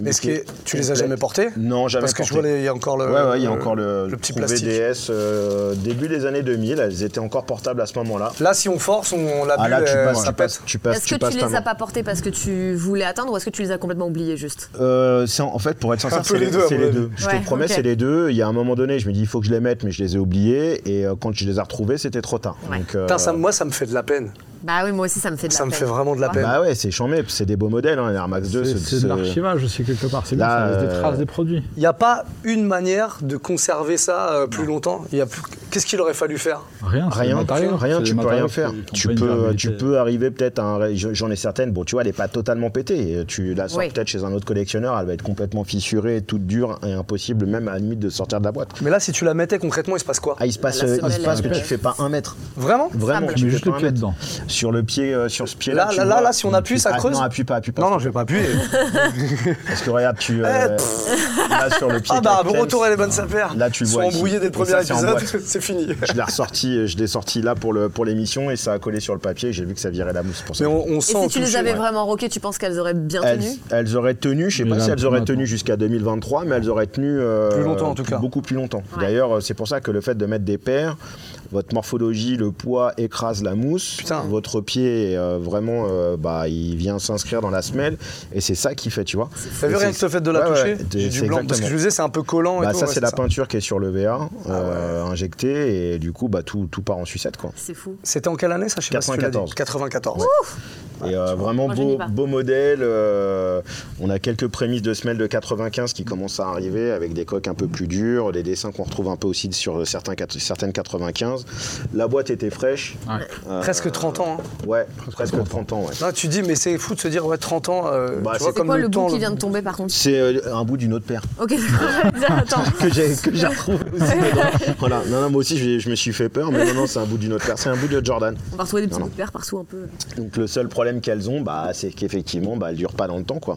Speaker 1: Mais ce qui est- tu les as
Speaker 3: complète.
Speaker 1: jamais portés
Speaker 3: Non, jamais
Speaker 1: Parce que je
Speaker 3: porté.
Speaker 1: vois, les- il y a encore le,
Speaker 3: Ouais, ouais, il y a encore le,
Speaker 1: euh, le petit
Speaker 3: trouvé
Speaker 1: plastique.
Speaker 3: DS euh, début des années 2000. Elles étaient encore portables à ce moment-là.
Speaker 1: Là si on force, on, la
Speaker 3: Ah là,
Speaker 1: bulle,
Speaker 3: tu
Speaker 1: euh,
Speaker 3: passes,
Speaker 1: ça
Speaker 3: tu passes,
Speaker 1: pète.
Speaker 3: tu passes,
Speaker 2: Est-ce
Speaker 3: tu
Speaker 2: que
Speaker 3: passes
Speaker 2: tu
Speaker 3: ta
Speaker 2: les
Speaker 3: main.
Speaker 2: as pas portés parce que tu voulais atteindre ou est-ce que tu les as complètement oubliés juste
Speaker 3: Euh, c'est en en fait, pour être sincère,
Speaker 1: Un peu
Speaker 3: c'est
Speaker 1: les
Speaker 3: les,
Speaker 1: deux, à
Speaker 3: c'est
Speaker 1: mon
Speaker 3: les
Speaker 1: avis.
Speaker 3: E deux. Je
Speaker 2: Ouais,
Speaker 3: te promets,
Speaker 2: ok.
Speaker 3: c'est les deux. Il y a un moment donné, je me dis, il faut que je les mette, mais je les ai oubliés. Et euh, quand je les ai retrouvés, c'était trop tard.
Speaker 2: Ouais.
Speaker 3: Donc, euh,
Speaker 1: Putain, ça, moi ça me fait de la peine.
Speaker 2: Bah oui, moi aussi ça me fait de la
Speaker 1: Ça me
Speaker 2: peine.
Speaker 1: fait vraiment de la
Speaker 2: Tu
Speaker 1: peine.
Speaker 2: vois
Speaker 3: bah ouais, c'est chambé, c'est des beaux modèles, hein, les Air Max 2.
Speaker 4: C'est
Speaker 3: ce-
Speaker 4: c'est
Speaker 3: ce-
Speaker 4: de l'archivage aussi quelque part. C'est bien,
Speaker 3: Là,
Speaker 4: ça laisse des
Speaker 3: euh,
Speaker 4: traces des produits.
Speaker 1: Il n'y a pas une manière de conserver ça euh, plus longtemps. Il y a plus- Qu'est-ce qu'il aurait fallu faire
Speaker 4: Rien, c'est des
Speaker 3: Rien,
Speaker 4: matériaux,
Speaker 3: rien,
Speaker 4: c'est des
Speaker 3: tu peux
Speaker 4: matériaux
Speaker 3: rien
Speaker 4: qui
Speaker 3: faire.
Speaker 4: ont
Speaker 3: Tu
Speaker 4: pas une
Speaker 3: peux,
Speaker 4: durabilité.
Speaker 3: tu peux arriver peut-être à un. ré- J'en ai certaines, bon, tu vois, elle n'est pas totalement pétée. Et Tu la sors
Speaker 2: Oui.
Speaker 3: peut-être chez un autre collectionneur, elle va être complètement fissurée, toute dure et impossible, même à la limite de sortir de la boîte.
Speaker 1: Mais là, si tu la mettais concrètement, il se passe quoi
Speaker 3: Ah, il se passe,
Speaker 2: La
Speaker 3: euh, il
Speaker 2: semelle,
Speaker 3: se passe que
Speaker 2: elle
Speaker 3: tu
Speaker 2: pète.
Speaker 3: fais pas un mètre.
Speaker 1: Vraiment
Speaker 3: Vraiment,
Speaker 2: Sable.
Speaker 3: tu
Speaker 4: Mais
Speaker 3: fais
Speaker 4: juste
Speaker 3: pas
Speaker 4: le
Speaker 3: un
Speaker 4: pied
Speaker 3: mètre.
Speaker 4: dedans.
Speaker 3: Sur le pied, euh, sur ce pied-là.
Speaker 1: Là,
Speaker 3: tu
Speaker 1: là, là,
Speaker 3: vois-
Speaker 1: là, si on appuie, ça
Speaker 3: Ah,
Speaker 1: creuse
Speaker 3: Non, appuie pas, appuie pas.
Speaker 1: Non, non, je vais pas appuyer. Ah,
Speaker 3: Parce que regarde, tu. euh,
Speaker 1: Eh,
Speaker 3: là, sur le pied.
Speaker 1: ah bah,
Speaker 3: Clark
Speaker 1: bon
Speaker 3: Kent,
Speaker 1: retour à les bonnes sapeurs.
Speaker 3: Là, tu
Speaker 1: hein. Ils sont
Speaker 3: vois ici.
Speaker 1: embrouillés dès le
Speaker 3: Et
Speaker 1: premier
Speaker 3: ça, c'est en
Speaker 1: épisode,
Speaker 3: boîte.
Speaker 1: c'est fini.
Speaker 3: Je l'ai ressorti, je l'ai sorti là pour le pour l'émission et ça a collé sur le papier. et J'ai vu que ça virait la mousse pour ça.
Speaker 1: Mais on, on
Speaker 2: Et
Speaker 1: sent
Speaker 2: si
Speaker 1: au
Speaker 2: tu les
Speaker 1: toucher,
Speaker 2: avais
Speaker 1: ouais.
Speaker 2: vraiment roquées, tu penses qu'elles auraient bien
Speaker 3: Elles,
Speaker 2: tenu
Speaker 3: elles auraient tenu, je sais
Speaker 4: Mais
Speaker 3: pas
Speaker 4: là,
Speaker 3: si elles auraient tenu
Speaker 4: maintenant.
Speaker 3: jusqu'à 2023, mais elles auraient tenu euh,
Speaker 1: Plus longtemps, en tout cas.
Speaker 3: beaucoup plus longtemps. D'ailleurs, euh, c'est pour ça que le fait de mettre des paires, votre morphologie, le poids écrase la mousse,
Speaker 1: Putain.
Speaker 3: votre pied euh, vraiment, euh, bah, il vient s'inscrire dans la semelle et c'est ça qui fait, tu vois.
Speaker 1: T'as vu
Speaker 3: Et
Speaker 1: rien
Speaker 3: c'est-
Speaker 1: que ce fait de la
Speaker 3: Ouais, ouais,
Speaker 1: toucher
Speaker 3: c'est
Speaker 1: J'ai du blanc. Parce que
Speaker 3: exactement.
Speaker 1: je disais, c'est un peu collant et
Speaker 3: Bah,
Speaker 1: tout.
Speaker 3: ça
Speaker 1: ouais,
Speaker 3: c'est la peinture qui est sur le VA euh, injectée et du coup bah tout, tout part en sucette quoi.
Speaker 2: C'est fou.
Speaker 1: C'était en quelle année ça je sais pas si tu l'as dit.
Speaker 3: 94.
Speaker 1: 94.
Speaker 3: et euh, vraiment
Speaker 2: Moi, je n'y
Speaker 3: beau,
Speaker 2: vais pas.
Speaker 3: beau modèle. euh, on a quelques prémices de semelles de 95 qui commencent à arriver avec des coques un peu plus dures, des dessins qu'on retrouve un peu aussi sur certains, quat- certaines 95. La boîte était fraîche.
Speaker 4: Ouais.
Speaker 3: euh,
Speaker 1: Presque 30 ans. hein.
Speaker 3: Ouais, presque 30 ans. ouais.
Speaker 1: Non, tu dis, mais c'est fou de se dire, ouais, 30 ans. euh,
Speaker 3: Bah,
Speaker 1: tu vois,
Speaker 3: c'est-
Speaker 2: C'est
Speaker 1: comme
Speaker 2: quoi le,
Speaker 1: le
Speaker 2: bout
Speaker 1: temps.
Speaker 2: qui
Speaker 1: le-
Speaker 2: vient de tomber par contre
Speaker 3: C'est euh, un bout d'une autre paire
Speaker 2: Ok, j'allais dire, attends.
Speaker 3: que j'ai que j'ai retrouvé aussi dedans. Voilà. Non, non, moi aussi je, je me suis fait peur, mais non, non, c'est un bout d'une autre paire. C'est un bout de Jordan.
Speaker 2: On va retrouver des petits
Speaker 3: Non,
Speaker 2: bouts de paire partout un peu.
Speaker 3: Donc le seul problème qu'elles ont, bah, c'est qu'effectivement, bah, elles durent pas dans le temps, quoi.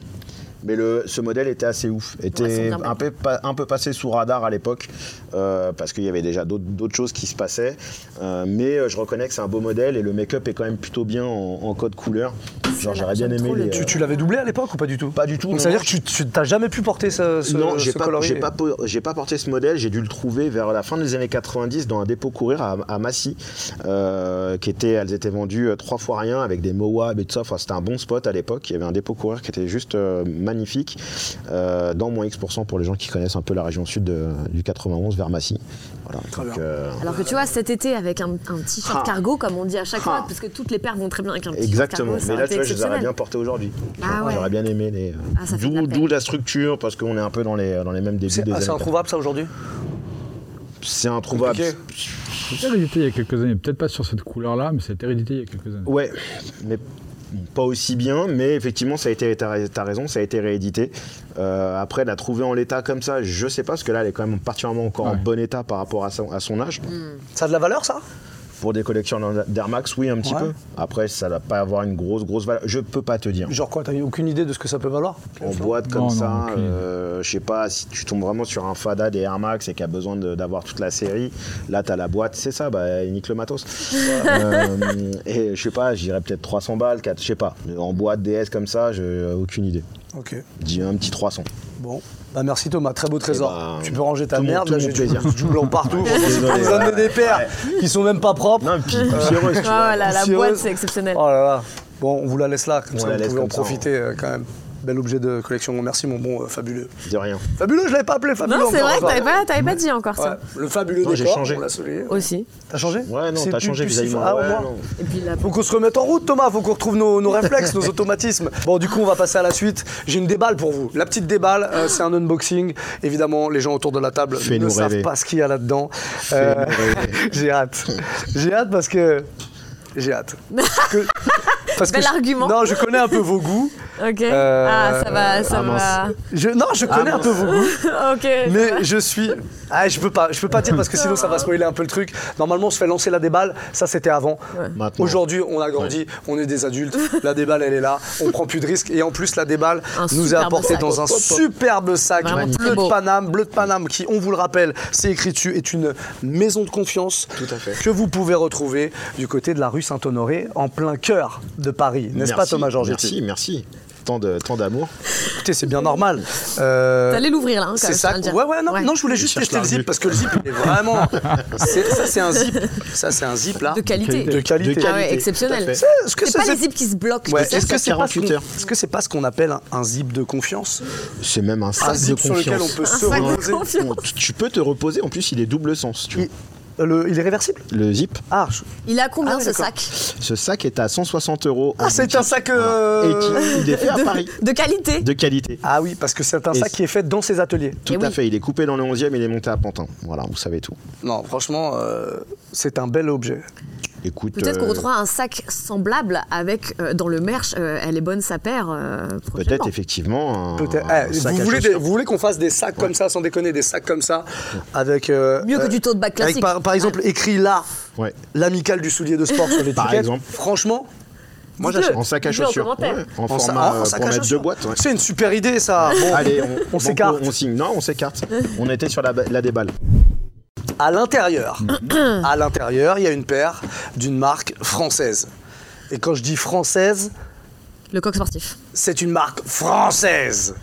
Speaker 3: Mais le, ce modèle était assez ouf,
Speaker 2: c'est
Speaker 3: était
Speaker 2: bien
Speaker 3: un, peu, pa- un peu passé sous radar à l'époque, euh, parce qu'il y avait déjà d'autres d'autres choses qui se passaient. Euh, mais euh, je reconnais que c'est un beau modèle et le make-up est quand même plutôt bien en, en code couleur. Genre j'aurais bien
Speaker 2: j'aime
Speaker 3: aimé
Speaker 2: trop le
Speaker 3: les, euh,
Speaker 2: truc.
Speaker 1: Tu, tu l'avais doublé à l'époque ou pas du tout
Speaker 3: Pas du tout.
Speaker 1: Donc
Speaker 3: non,
Speaker 1: ça veut
Speaker 3: non,
Speaker 1: dire que tu- tu t'as jamais pu porter ce, ce,
Speaker 3: non, j'ai
Speaker 1: ce
Speaker 3: pas,
Speaker 1: coloris
Speaker 3: j'ai pas, po- j'ai pas porté ce modèle. J'ai dû le trouver vers la fin des années 90 dans un dépôt courir à, à Massy, euh, qui était, elles étaient vendues euh, trois fois rien avec des Moab et tout ça. Enfin, c'était un bon spot à l'époque. Il y avait un dépôt courir qui était juste euh, magnifique, euh, dans moins X% pour les gens qui connaissent un peu la région sud de- du 91 vers Massy. Voilà. Donc,
Speaker 1: bien.
Speaker 3: euh,
Speaker 2: Alors que tu vois, cet été, avec un, un t-shirt
Speaker 3: Ah.
Speaker 2: cargo, comme on dit à chaque
Speaker 3: Ah.
Speaker 2: fois, parce que toutes les paires vont très bien avec un t-shirt
Speaker 3: Exactement,
Speaker 2: cargo. ça
Speaker 3: mais
Speaker 2: aurait
Speaker 3: là
Speaker 2: été
Speaker 3: tu vois, je les aurais
Speaker 2: exceptionnel.
Speaker 3: bien portés aujourd'hui.
Speaker 2: Ah ouais.
Speaker 3: J'aurais bien aimé les.
Speaker 2: Ah, ça fait de la
Speaker 3: d'où,
Speaker 2: peine.
Speaker 3: d'où la structure, parce qu'on est un peu dans les, dans les mêmes débuts
Speaker 1: C'est
Speaker 3: des
Speaker 1: ah, c'est
Speaker 3: années
Speaker 1: introuvable ça aujourd'hui
Speaker 3: C'est introuvable.
Speaker 1: Compliqué.
Speaker 4: C'était hérédité il y a quelques années, peut-être pas sur cette couleur-là, mais c'était hérédité il y a quelques années.
Speaker 3: Ouais, mais pas aussi bien, mais effectivement, ça a été, t'as t'as raison, ça a été réédité. Euh, après, la trouver en l'état comme ça, je sais pas, parce que là, elle est quand même particulièrement encore en
Speaker 4: Ouais.
Speaker 3: bon état par rapport à son, à son âge.
Speaker 1: Ça a de la valeur, ça
Speaker 3: Pour des collections d'Air Max, oui, un petit
Speaker 1: Ouais.
Speaker 3: peu. Après, ça va pas avoir une grosse, grosse valeur. Je peux pas te dire.
Speaker 1: Genre quoi T'as eu aucune idée de ce que ça peut valoir
Speaker 3: En boîte comme
Speaker 4: Non, non,
Speaker 3: ça,
Speaker 4: aucune idée.
Speaker 3: euh, je sais pas, si tu tombes vraiment sur un Fada des Air Max et qui a besoin de- d'avoir toute la série, là t'as la boîte, c'est ça, bah il nique le matos. Euh, et je sais pas, j'irais peut-être 300 balles, 4, je sais pas. En boîte DS comme ça, j'ai euh, aucune idée.
Speaker 1: Ok.
Speaker 3: Dis un petit 300.
Speaker 1: Bon. Bah merci Thomas, très beau trésor.
Speaker 3: ben,
Speaker 1: tu peux ranger ta
Speaker 3: tout mon-
Speaker 1: merde,
Speaker 3: tout
Speaker 1: là
Speaker 3: mon
Speaker 1: j'ai du,
Speaker 3: plaisir.
Speaker 1: du blanc partout. Je
Speaker 3: désolé,
Speaker 1: vous amener des paires qui sont même pas propres.
Speaker 3: Non, puis
Speaker 1: euh,
Speaker 3: poussiéreuse, tu vois. Ah,
Speaker 5: Ah, voilà, la
Speaker 1: Poussiéreuse.
Speaker 5: boîte, c'est exceptionnel.
Speaker 1: Oh là là. Bon, on vous la laisse là, comme
Speaker 3: On
Speaker 1: ça
Speaker 3: la
Speaker 1: vous
Speaker 3: laisse
Speaker 1: pouvez en
Speaker 3: comme ça, hein.
Speaker 1: profiter euh, quand même. Bel objet de collection. Merci mon bon euh, fabuleux.
Speaker 3: Dis rien.
Speaker 1: Fabuleux, je l'avais pas appelé fabuleux.
Speaker 5: Non, c'est
Speaker 1: encore,
Speaker 5: vrai que
Speaker 1: encore.
Speaker 5: t'avais pas, t'avais pas dit encore ça.
Speaker 1: Ouais, le fabuleux
Speaker 3: Non, j'ai
Speaker 1: décor,
Speaker 3: changé.
Speaker 1: on l'a souligné.
Speaker 5: Aussi.
Speaker 1: T'as changé
Speaker 3: Ouais, non,
Speaker 1: C'est
Speaker 3: t'as
Speaker 1: plus-
Speaker 3: changé
Speaker 1: plus
Speaker 3: vis-à-vis
Speaker 1: six-
Speaker 3: moi.
Speaker 1: Ah, au
Speaker 3: Ouais,
Speaker 1: moins.
Speaker 3: non.
Speaker 5: Et puis la
Speaker 1: Faut qu'on se remette en route, Thomas, faut qu'on retrouve nos, nos réflexes, nos automatismes. Bon, du coup, on va passer à la suite. J'ai une déballe pour vous. La petite déballe, euh, c'est un unboxing. Évidemment, les gens autour de la table ne
Speaker 3: Fais-nous
Speaker 1: savent
Speaker 3: rêver.
Speaker 1: pas ce qu'il y a là-dedans. Euh,
Speaker 3: rêver.
Speaker 1: J'ai hâte. J'ai hâte parce que. J'ai hâte. Parce que- parce
Speaker 5: Bel
Speaker 1: je-
Speaker 5: argument.
Speaker 1: Non, je connais un peu vos goûts.
Speaker 5: Ok.
Speaker 1: Euh,
Speaker 5: Ah, ça va, ça
Speaker 3: ah, mince.
Speaker 1: Je, non, je connais un peu vos goûts.
Speaker 5: va. ok.
Speaker 1: Mais je suis. Ah, je peux pas, je peux pas dire parce que sinon ça va spoiler un peu le truc. Normalement, on se fait lancer la déballe. Ça, c'était avant.
Speaker 3: Maintenant.
Speaker 1: Aujourd'hui, on a grandi, on est des adultes. La déballe, elle est là. On prend plus de risques. Et en plus, la déballe
Speaker 5: Un
Speaker 1: nous est
Speaker 5: superbe
Speaker 1: apportée
Speaker 5: sac.
Speaker 1: dans un superbe sac
Speaker 5: Vraiment très
Speaker 1: bleu de
Speaker 5: beau.
Speaker 1: Paname, bleu de Paname, qui, on vous le rappelle, c'est écrit dessus, est une maison de confiance que vous pouvez retrouver du côté de la rue Saint-Honoré, en plein cœur de Paris, n'est-ce pas,
Speaker 3: Merci,
Speaker 1: Thomas Georgetti
Speaker 3: Merci, merci. Tant de- tant d'amour.
Speaker 1: Écoutez, c'est bien normal. Euh,
Speaker 5: T'allais l'ouvrir là, hein, quand
Speaker 1: c'est
Speaker 5: même,
Speaker 1: ça.
Speaker 5: je tiens à le
Speaker 1: Ouais,
Speaker 5: dire.
Speaker 1: ouais, non, non, je voulais juste
Speaker 3: cherche
Speaker 1: tester le
Speaker 3: la
Speaker 1: zip
Speaker 3: revue.
Speaker 1: parce que le zip, il est vraiment. c'est- ça, c'est un zip. Ça, c'est un zip là.
Speaker 5: De qualité.
Speaker 1: De qualité.
Speaker 3: De
Speaker 5: Ah
Speaker 3: qualité,
Speaker 5: ouais,
Speaker 3: tout à
Speaker 5: exceptionnel.
Speaker 3: fait.
Speaker 1: Est-ce que
Speaker 5: C'est
Speaker 1: ça,
Speaker 5: pas les
Speaker 1: c'est-
Speaker 5: zips qui se bloquent.
Speaker 1: Ouais,
Speaker 5: c'est ça
Speaker 1: Est-ce que c'est pas, ce
Speaker 3: 48 heures.
Speaker 1: qu'on- est-ce que c'est pas ce qu'on appelle un, un zip de confiance
Speaker 3: C'est même un sac
Speaker 1: Un
Speaker 3: de
Speaker 1: zip Ah, sur lequel on
Speaker 3: confiance.
Speaker 1: peut se
Speaker 5: sac de
Speaker 1: reposer
Speaker 5: confiance.
Speaker 3: On- tu- Tu peux te reposer, en plus il est double sens. Tu
Speaker 1: il, euh, le- il est réversible
Speaker 3: vois. Le zip,
Speaker 1: Ah, je-
Speaker 5: Il a combien
Speaker 1: Ah ouais,
Speaker 5: ce
Speaker 1: d'accord.
Speaker 5: sac
Speaker 3: ce sac est à 160 euros. en
Speaker 1: ah c'est
Speaker 3: boutique.
Speaker 1: un sac. euh,
Speaker 3: Et qui, il est fait à Paris.
Speaker 5: De qualité.
Speaker 3: De qualité.
Speaker 1: Ah oui, parce que c'est un
Speaker 3: Et
Speaker 1: sac
Speaker 3: c'est-
Speaker 1: qui est fait dans ses ateliers.
Speaker 3: Tout
Speaker 5: Eh
Speaker 3: à
Speaker 5: oui.
Speaker 3: fait, il est coupé dans le 11e, il est monté à Pantin. Voilà, vous savez tout.
Speaker 1: Non, franchement, euh, c'est un bel objet.
Speaker 3: Écoute.
Speaker 5: Peut-être qu'on
Speaker 3: euh,
Speaker 5: retrouvera un sac semblable avec euh, dans le merch. euh, elle est bonne sa paire. euh, prochainement.
Speaker 3: Peut-être effectivement. un-
Speaker 1: Peut-être.
Speaker 3: un
Speaker 1: Eh,
Speaker 3: sac
Speaker 1: vous,
Speaker 3: à
Speaker 1: voulez des-
Speaker 3: chaussures.
Speaker 1: vous voulez qu'on fasse des sacs comme ça, sans déconner, des sacs comme ça, avec. euh,
Speaker 5: Mieux que
Speaker 1: euh,
Speaker 5: du tote bag
Speaker 1: avec
Speaker 5: classique.
Speaker 1: par, par exemple, écrit là,
Speaker 3: Ouais.
Speaker 1: l'amicale du soulier de sport sur l'étiquette.
Speaker 3: Par exemple.
Speaker 1: Franchement, moi
Speaker 5: Dis-le.
Speaker 1: j'achète.
Speaker 3: En sac à
Speaker 5: Dis-le en
Speaker 3: chaussures.
Speaker 5: commentaire.
Speaker 3: ouais, en
Speaker 1: En sa- ah,
Speaker 3: format
Speaker 1: en- en
Speaker 3: euh,
Speaker 1: sac à
Speaker 3: pour mettre deux
Speaker 1: chaussures.
Speaker 3: boîtes. ouais.
Speaker 1: hein. C'est une super idée ça. Bon,
Speaker 3: Allez, on,
Speaker 1: on
Speaker 3: banco,
Speaker 1: s'écarte.
Speaker 3: On signe. Non, on s'écarte. on était sur la, ba- la déballe.
Speaker 1: À l'intérieur, à l'intérieur, il y a une paire d'une marque française. Et quand je dis française,
Speaker 5: Le coq sportif.
Speaker 1: c'est une marque française.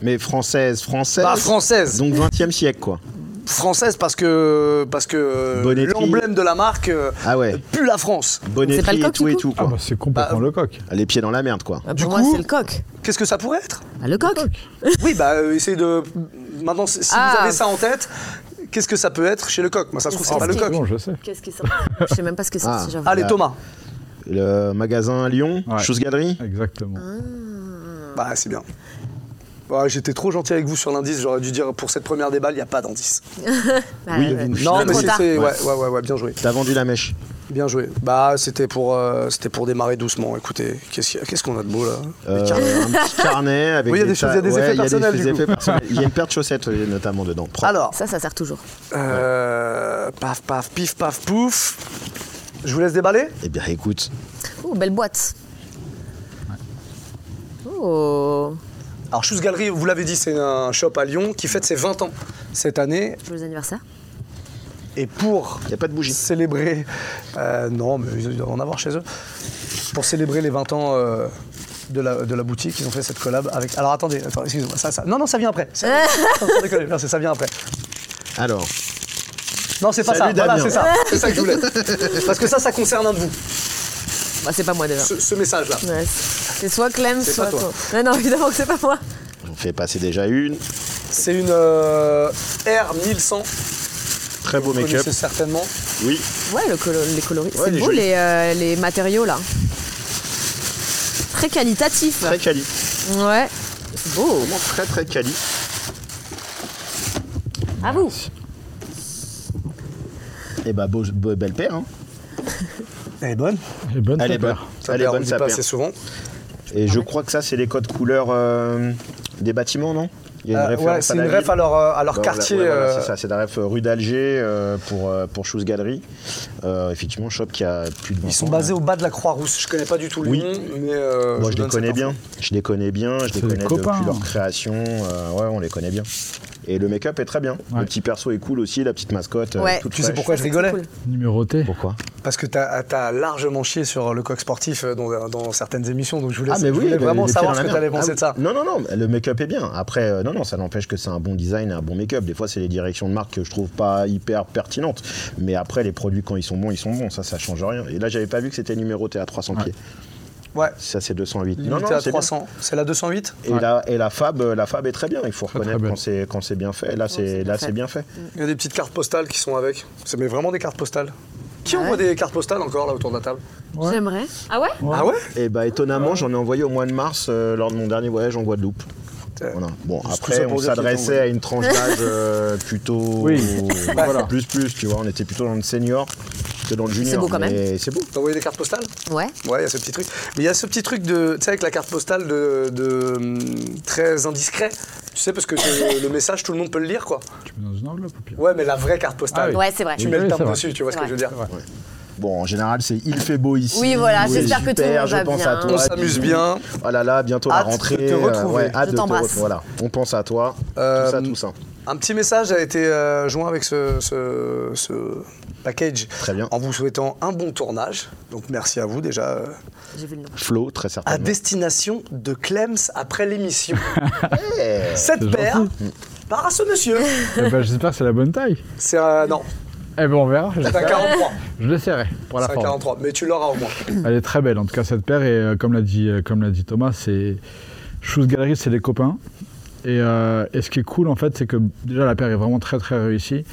Speaker 3: Mais française, française.
Speaker 1: Pas française.
Speaker 3: Donc 20e siècle, quoi.
Speaker 1: Française parce que parce que
Speaker 3: Bonnetterie.
Speaker 1: l'emblème de la marque euh,
Speaker 3: Ah ouais.
Speaker 1: pue la
Speaker 5: C'est
Speaker 1: France.
Speaker 5: pas le
Speaker 3: Bonnetterie et
Speaker 5: coq,
Speaker 3: tout
Speaker 5: du
Speaker 3: et
Speaker 5: coup
Speaker 3: tout,
Speaker 4: Ah
Speaker 3: quoi.
Speaker 4: bah c'est complètement
Speaker 1: Bah,
Speaker 4: le coq.
Speaker 3: Les pieds dans la merde, quoi.
Speaker 5: Bah,
Speaker 1: Du
Speaker 5: pour moi,
Speaker 1: coup-
Speaker 5: c'est le coq.
Speaker 1: Qu'est-ce que ça pourrait être
Speaker 5: Bah, le coq.
Speaker 1: Oui, bah euh, essayez de maintenant si si
Speaker 5: Ah.
Speaker 1: vous avez ça en tête, qu'est-ce que ça peut être chez le coq Moi, ça se trouve c'est
Speaker 5: Ah,
Speaker 1: pas le
Speaker 5: c'est-
Speaker 1: coq.
Speaker 4: Bon, je sais.
Speaker 5: Qu'est-ce qui est sorti Je sais même pas ce que c'est.
Speaker 3: Ah.
Speaker 5: si j'avoue.
Speaker 1: Allez
Speaker 3: Bah.
Speaker 1: Thomas.
Speaker 3: Le magasin à Lyon,
Speaker 4: Ouais.
Speaker 3: Chose Galerie.
Speaker 4: Exactement.
Speaker 1: Bah c'est bien. Ouais, J'étais trop gentil avec vous sur l'indice, j'aurais dû dire pour cette première déballe, il n'y a pas d'indice.
Speaker 5: Bah,
Speaker 3: Oui,
Speaker 5: ouais.
Speaker 3: vous-
Speaker 1: Non,
Speaker 5: Trop
Speaker 1: mais c'est.
Speaker 5: tard.
Speaker 1: c'est- Ouais,
Speaker 3: Ouais.
Speaker 1: ouais, ouais, ouais, bien joué.
Speaker 3: T'as vendu la mèche.
Speaker 1: Bien joué. Bah, c'était pour, euh, c'était pour démarrer doucement. Écoutez, qu'est-ce qu'il y a- qu'est-ce qu'on a de beau là
Speaker 3: Euh, un petit carnet avec
Speaker 1: Oui, il y a des choses- il y a des
Speaker 3: tas-
Speaker 1: effets
Speaker 3: ouais, il y a
Speaker 1: personnels, du
Speaker 3: effets
Speaker 1: coup.
Speaker 3: personnels. Il y a une paire de chaussettes euh, notamment dedans. Propre.
Speaker 1: Alors,
Speaker 5: Ça, ça sert toujours.
Speaker 1: euh, paf, paf, pif, paf, pouf. Je vous laisse déballer
Speaker 3: Eh bien, écoute,
Speaker 5: Oh, belle boîte. Oh,
Speaker 1: Alors, Shoes Gallery, vous l'avez dit, c'est un shop à Lyon qui fête ses 20 ans cette année.
Speaker 5: joyeux anniversaire.
Speaker 1: Et pour
Speaker 3: il n'y a pas de bougie.
Speaker 1: célébrer. euh, non, mais ils doivent en avoir chez eux. Pour célébrer les 20 ans euh, de, la, de la boutique, ils ont fait cette collab avec. Alors, attendez, attendez excusez-moi. Ça, ça... Non, non, ça vient après. Ça, sans déconner, non, c'est- ça vient après.
Speaker 3: Alors,
Speaker 1: Non, c'est pas
Speaker 3: Salut,
Speaker 1: ça. Voilà,
Speaker 3: Damien.
Speaker 1: c'est ça. C'est ça que je voulais. Parce que ça, ça concerne un de vous,
Speaker 5: Bah, c'est pas moi déjà.
Speaker 1: ce, ce message-là.
Speaker 5: Ouais, c'est c'est soit Clem,
Speaker 1: C'est
Speaker 5: soit
Speaker 1: pas toi.
Speaker 5: Non, non, évidemment que c'est pas moi.
Speaker 3: j'en fais passer déjà une.
Speaker 1: C'est une euh, R1100.
Speaker 3: Très beau
Speaker 1: Vous
Speaker 3: make-up.
Speaker 1: connaissez certainement.
Speaker 3: Oui.
Speaker 5: Ouais, le colo- les coloris.
Speaker 3: Ouais,
Speaker 5: c'est
Speaker 3: il est
Speaker 5: beau
Speaker 3: joli.
Speaker 5: les, euh, les matériaux là. Très qualitatif.
Speaker 3: Très quali.
Speaker 5: Ouais. C'est beau.
Speaker 3: Vraiment très très quali.
Speaker 5: À vous.
Speaker 3: Et bah, beau- beau- belle paire. Hein.
Speaker 1: Elle est bonne.
Speaker 4: Elle est bonne ta
Speaker 3: Elle
Speaker 4: ben,
Speaker 3: est bonne.
Speaker 4: paire.
Speaker 1: Ça
Speaker 3: Elle est
Speaker 1: perd, on
Speaker 3: bonne,
Speaker 1: le dit
Speaker 3: ça
Speaker 1: pas
Speaker 3: perd.
Speaker 1: assez souvent.
Speaker 3: Et je crois que ça, c'est les codes couleurs euh, des bâtiments, non Il y
Speaker 1: Euh, ouais, c'est une ref à leur, euh, à leur quartier. euh,
Speaker 3: c'est ça, c'est la ref euh, rue d'Alger euh, pour, euh, pour Shoes Gallery. Euh, effectivement, shop qui a plus de 20
Speaker 1: Ils sont
Speaker 3: ans,
Speaker 1: basés
Speaker 3: là.
Speaker 1: au bas de la Croix-Rousse. Je connais pas du tout le
Speaker 3: Oui.
Speaker 1: nom, mais euh,
Speaker 3: Moi, je,
Speaker 1: vous
Speaker 3: les
Speaker 1: donne
Speaker 3: connais
Speaker 1: cette
Speaker 3: bien. Je les connais bien, je les
Speaker 4: C'est des
Speaker 3: connais
Speaker 4: copains.
Speaker 3: depuis leur création. euh, ouais, on les connaît bien. Et le make-up est très bien.
Speaker 4: Ouais.
Speaker 3: Le petit perso est cool aussi, la petite mascotte. euh,
Speaker 5: Ouais.
Speaker 3: toute
Speaker 1: Tu sais
Speaker 3: fraîche.
Speaker 1: pourquoi je rigolais
Speaker 4: Numéroté.
Speaker 3: Pourquoi
Speaker 1: Parce que t'as as largement chié sur le coq sportif euh, dans, dans certaines émissions, donc je voulais,
Speaker 3: Ah, mais
Speaker 1: je
Speaker 3: oui,
Speaker 1: voulais
Speaker 3: mais
Speaker 1: vraiment
Speaker 3: il était
Speaker 1: savoir
Speaker 3: dans
Speaker 1: ce
Speaker 3: la
Speaker 1: que
Speaker 3: merde.
Speaker 1: t'allais
Speaker 3: Ah
Speaker 1: penser
Speaker 3: oui.
Speaker 1: de ça.
Speaker 3: Non, non, non, le make-up est bien. Après, euh, non, non, ça n'empêche que c'est un bon design, un bon make-up. Des fois, c'est les directions de marque que je trouve pas hyper pertinentes. Mais après, les produits, quand ils sont bons, ils sont bons. Ça, ça change rien. Et là, j'avais pas vu que c'était numéroté à 300 pieds.
Speaker 1: Ouais,
Speaker 3: Ça, c'est 208.
Speaker 1: limité
Speaker 3: non, non,
Speaker 1: à
Speaker 3: c'est
Speaker 1: 300. C'est la 208
Speaker 3: bien. Et, la, et la, fab, euh, la fab est très bien. Il faut
Speaker 4: Très,
Speaker 3: reconnaître
Speaker 4: très
Speaker 3: quand
Speaker 4: belle.
Speaker 3: c'est- quand c'est bien fait. Là, c'est là, c'est bien fait.
Speaker 1: Il y a des petites cartes postales qui sont avec. C'est mais vraiment des cartes postales. Qui envoie des cartes postales encore là autour de la table
Speaker 4: Ouais.
Speaker 5: J'aimerais. Ah ouais
Speaker 1: Ah ouais
Speaker 3: Et bah étonnamment, j'en ai envoyé au mois de mars euh, lors de mon dernier voyage en Guadeloupe.
Speaker 1: Putain.
Speaker 3: Voilà. Bon,
Speaker 1: Juste tout ça
Speaker 3: après,
Speaker 1: pour
Speaker 3: on
Speaker 1: dire qu'ils t'ont
Speaker 3: s'adressait
Speaker 1: envoyé.
Speaker 3: à une tranche d'âge euh, plutôt
Speaker 4: Oui, voilà.
Speaker 3: plus plus, tu vois. On était plutôt dans le senior que dans le junior.
Speaker 5: beau quand même.
Speaker 3: mais C'est beau.
Speaker 1: T'as envoyé des cartes postales
Speaker 5: Ouais.
Speaker 1: Ouais, il y a ce petit truc. Mais il y a ce petit truc de, tu sais, avec la carte postale de, de, hum, très indiscret. Tu sais, parce que c'est- le message, tout le monde peut le lire, quoi.
Speaker 4: Tu mets dans une enveloppe ou pire
Speaker 1: Ouais, mais la vraie carte postale.
Speaker 4: Ah oui.
Speaker 5: Ouais, c'est vrai.
Speaker 1: Tu mets le
Speaker 4: Oui,
Speaker 1: timbre
Speaker 4: c'est
Speaker 1: dessus, tu vois ce que
Speaker 5: C'est
Speaker 1: je veux dire.
Speaker 3: Bon, en général, c'est il fait beau ici.
Speaker 5: Oui, voilà,
Speaker 3: c'est
Speaker 5: j'espère que tout le
Speaker 3: super,
Speaker 5: monde va
Speaker 3: je pense
Speaker 5: bien.
Speaker 3: À toi,
Speaker 1: On s'amuse bien.
Speaker 3: Oh là là, bientôt la
Speaker 1: Hâte de
Speaker 3: rentrée.
Speaker 1: te
Speaker 3: euh,
Speaker 1: retrouver.
Speaker 3: ouais, hâte
Speaker 5: Je
Speaker 3: de te
Speaker 5: t'embrasse.
Speaker 3: retrouver. Voilà, on pense à toi.
Speaker 1: Euh,
Speaker 3: tout ça, tout ça.
Speaker 1: Un petit message a été euh, joint avec ce, ce- ce package.
Speaker 3: Très bien.
Speaker 1: En vous souhaitant un bon tournage. Donc merci à vous déjà. euh,
Speaker 5: J'ai vu le nom.
Speaker 3: Flo, très
Speaker 1: À
Speaker 3: certainement.
Speaker 1: destination de Clems après l'émission.
Speaker 3: Ouais.
Speaker 1: Cette
Speaker 4: C'est Mm.
Speaker 1: paire part à ce monsieur.
Speaker 4: Eh ben, J'espère que c'est la bonne taille.
Speaker 1: C'est un. Non,
Speaker 4: Eh ben, on verra.
Speaker 1: c'est un
Speaker 4: J'espère.
Speaker 1: 43.
Speaker 4: Je l'essaierai pour la
Speaker 1: C'est un
Speaker 4: forme.
Speaker 1: 43. Mais tu l'auras au moins.
Speaker 4: Elle est très belle, en tout cas cette paire. Et euh, comme l'a dit, euh, comme l'a dit Thomas, c'est Shoes Gallery, c'est les copains. Et, euh, et ce qui est cool en fait, c'est que déjà la paire est vraiment très très réussie.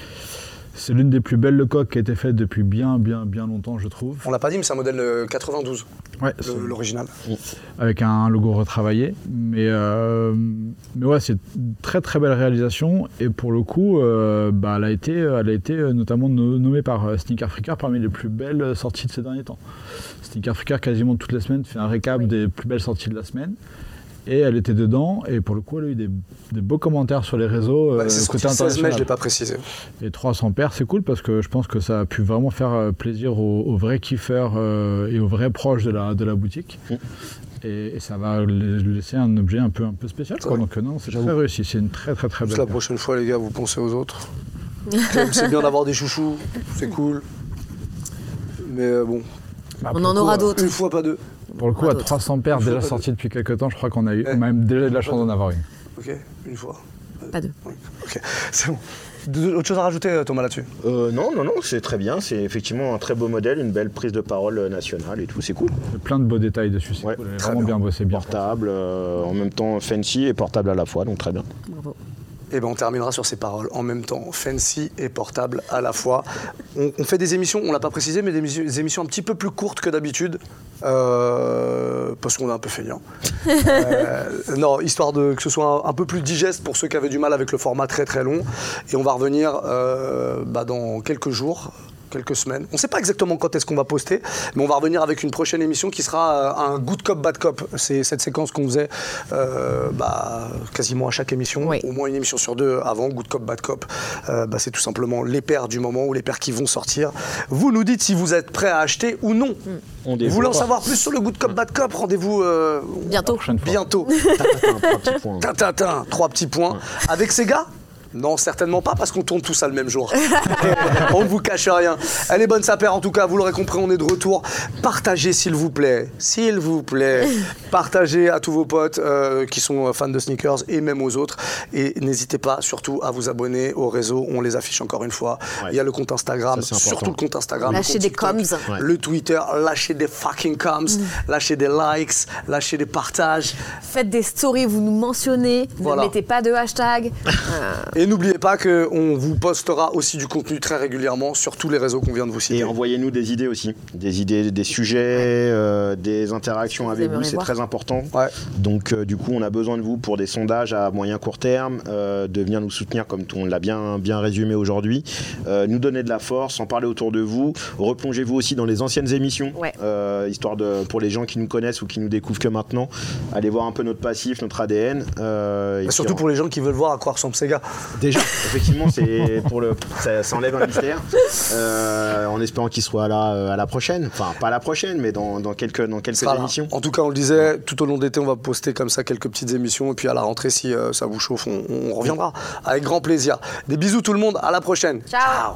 Speaker 4: C'est l'une des plus belles lecoq qui a été faite depuis bien bien bien longtemps, je trouve.
Speaker 1: On l'a pas dit, mais c'est un modèle euh, 92,
Speaker 4: Ouais,
Speaker 1: le-
Speaker 4: c'est- Euh,
Speaker 1: l'original.
Speaker 4: avec un logo retravaillé. Mais, euh, mais ouais, c'est une très très belle réalisation. Et pour le coup, euh, bah, elle a été, elle a été euh, notamment no- nommée par euh, Sneaker Freaker parmi les plus belles euh, sorties de ces derniers temps. Sneaker Freaker, quasiment toutes les semaines, fait un récap des plus belles sorties de la semaine. Et elle était dedans, et pour le coup, elle a eu des, des beaux commentaires sur les réseaux.
Speaker 1: Ouais,
Speaker 4: euh,
Speaker 1: Bah, c'est
Speaker 4: côté
Speaker 1: sorti le 16 mai, je
Speaker 4: international.
Speaker 1: l'ai pas précisé.
Speaker 4: Et 300 paires, c'est cool parce que je pense que ça a pu vraiment faire euh, plaisir aux, aux vrais kiffeurs euh, et aux vrais proches de la, de la boutique.
Speaker 3: Mm.
Speaker 4: Et, et ça va les- lui laisser un objet un peu, un peu spécial. Quoi.
Speaker 1: Ouais.
Speaker 4: Donc euh, non, c'est très réussi. C'est une très très très belle.
Speaker 1: Juste la
Speaker 4: paire.
Speaker 1: prochaine fois, les gars, vous pensez aux autres. Comme c'est bien d'avoir des chouchous, c'est cool. Mais euh, bon,
Speaker 4: Bah, pour
Speaker 5: On en
Speaker 4: le coup,
Speaker 5: aura
Speaker 4: euh,
Speaker 5: d'autres.
Speaker 1: une fois pas deux.
Speaker 4: Pour le coup,
Speaker 5: Pas
Speaker 4: à
Speaker 5: d'autres.
Speaker 4: 300 paires
Speaker 1: Une fois,
Speaker 4: déjà
Speaker 1: pas de-
Speaker 4: sorties depuis quelques temps, je crois qu'on a eu
Speaker 1: Eh.
Speaker 4: on a même déjà eu de la chance d'en avoir une.
Speaker 1: Ok, une fois.
Speaker 5: Pas deux.
Speaker 1: Oui, Ok, c'est bon. Deux- autre chose à rajouter, euh, Thomas, là-dessus
Speaker 3: Euh, non, non, non, c'est très bien. C'est effectivement un très beau modèle, une belle prise de parole euh, nationale et tout. C'est cool.
Speaker 4: Il y a Plein de beaux détails dessus. C'est
Speaker 3: Ouais,
Speaker 4: cool. Elle est
Speaker 1: très
Speaker 4: vraiment
Speaker 1: bien.
Speaker 4: bien bossé, bien.
Speaker 3: Portable, euh, en même temps fancy et portable à la fois, donc très bien.
Speaker 5: Bravo.
Speaker 1: Et ben on terminera sur ces paroles en même temps, fancy et portable à la fois. On, on fait des émissions, on l'a pas précisé, mais des, émissions- des émissions un petit peu plus courtes que d'habitude, euh, parce qu'on est un peu feignant. Euh, non, histoire de que ce soit un, un peu plus digeste pour ceux qui avaient du mal avec le format très très long. Et on va revenir euh, bah, dans quelques jours. Quelques semaines. On ne sait pas exactement quand est-ce qu'on va poster, mais on va revenir avec une prochaine émission qui sera euh, un good cop, bad cop. C'est cette séquence qu'on faisait euh, bah, quasiment à chaque émission
Speaker 5: Oui.
Speaker 1: au moins une émission sur deux avant Good Cop, Bad Cop. Euh, bah, c'est tout simplement les paires du moment ou les paires qui vont sortir. Vous nous dites si vous êtes prêts à acheter ou non.
Speaker 3: On
Speaker 1: Vous voulez en
Speaker 3: développe.
Speaker 1: savoir plus sur le Good Cop, Bad Cop Rendez-vous euh,
Speaker 5: Bientôt.
Speaker 4: prochaine fois.
Speaker 1: bientôt.
Speaker 3: Tintin, un petit point.
Speaker 1: Tintintin, trois petits points. Avec ces gars non, certainement pas, parce qu'on tourne tout ça le même jour. on ne vous cache rien. Elle est bonne, sa paire, en tout cas, vous l'aurez compris, on est de retour. Partagez, s'il vous plaît. S'il vous plaît. Partagez à tous vos potes euh, qui sont fans de sneakers et même aux autres. Et n'hésitez pas, surtout, à vous abonner aux réseaux. On les affiche encore une fois.
Speaker 3: Ouais.
Speaker 1: Il y a le compte Instagram,
Speaker 3: Ça, c'est important.
Speaker 1: surtout le compte Instagram. le
Speaker 5: Lâchez
Speaker 1: compte
Speaker 5: des
Speaker 1: TikTok,
Speaker 5: coms. Mm.
Speaker 3: Ouais.
Speaker 1: Le Twitter, lâchez des fucking coms, lâchez des likes, lâchez des partages.
Speaker 5: Faites des stories, vous nous mentionnez,
Speaker 1: Voilà.
Speaker 5: ne mettez pas de hashtag. Euh,
Speaker 1: Et Et n'oubliez pas qu'on vous postera aussi du contenu très régulièrement sur tous les réseaux qu'on vient de vous citer.
Speaker 3: Et envoyez-nous des idées aussi, des idées, des sujets, euh, des interactions
Speaker 5: Vous
Speaker 3: avec vous,
Speaker 5: aimeriez
Speaker 3: c'est
Speaker 5: voir.
Speaker 3: très important.
Speaker 1: Ouais.
Speaker 3: Donc euh, du coup, on a besoin de vous pour des sondages à moyen court terme, euh, de venir nous soutenir comme on l'a bien, bien résumé aujourd'hui, euh, nous donner de la force, en parler autour de vous, replongez-vous aussi dans les anciennes émissions,
Speaker 5: Ouais.
Speaker 3: euh, histoire de pour les gens qui nous connaissent ou qui nous découvrent que maintenant, allez voir un peu notre passif, notre ADN. euh, et puis,
Speaker 1: Bah, Surtout
Speaker 3: on-
Speaker 1: pour les gens qui veulent voir à quoi ressemble Sega.
Speaker 3: Déjà, effectivement, c'est pour le, ça, ça enlève un mystère. Euh, en espérant qu'il soit là euh, à la prochaine. Enfin, pas à la prochaine, mais dans, dans quelques, dans quelques
Speaker 1: Voilà.
Speaker 3: émissions.
Speaker 1: En tout cas, on le disait, tout au long de l'été, on va poster comme ça quelques petites émissions. Et puis à la rentrée, si euh, ça vous chauffe, on, on reviendra avec grand plaisir. Des bisous tout le monde, à la prochaine.
Speaker 5: Ciao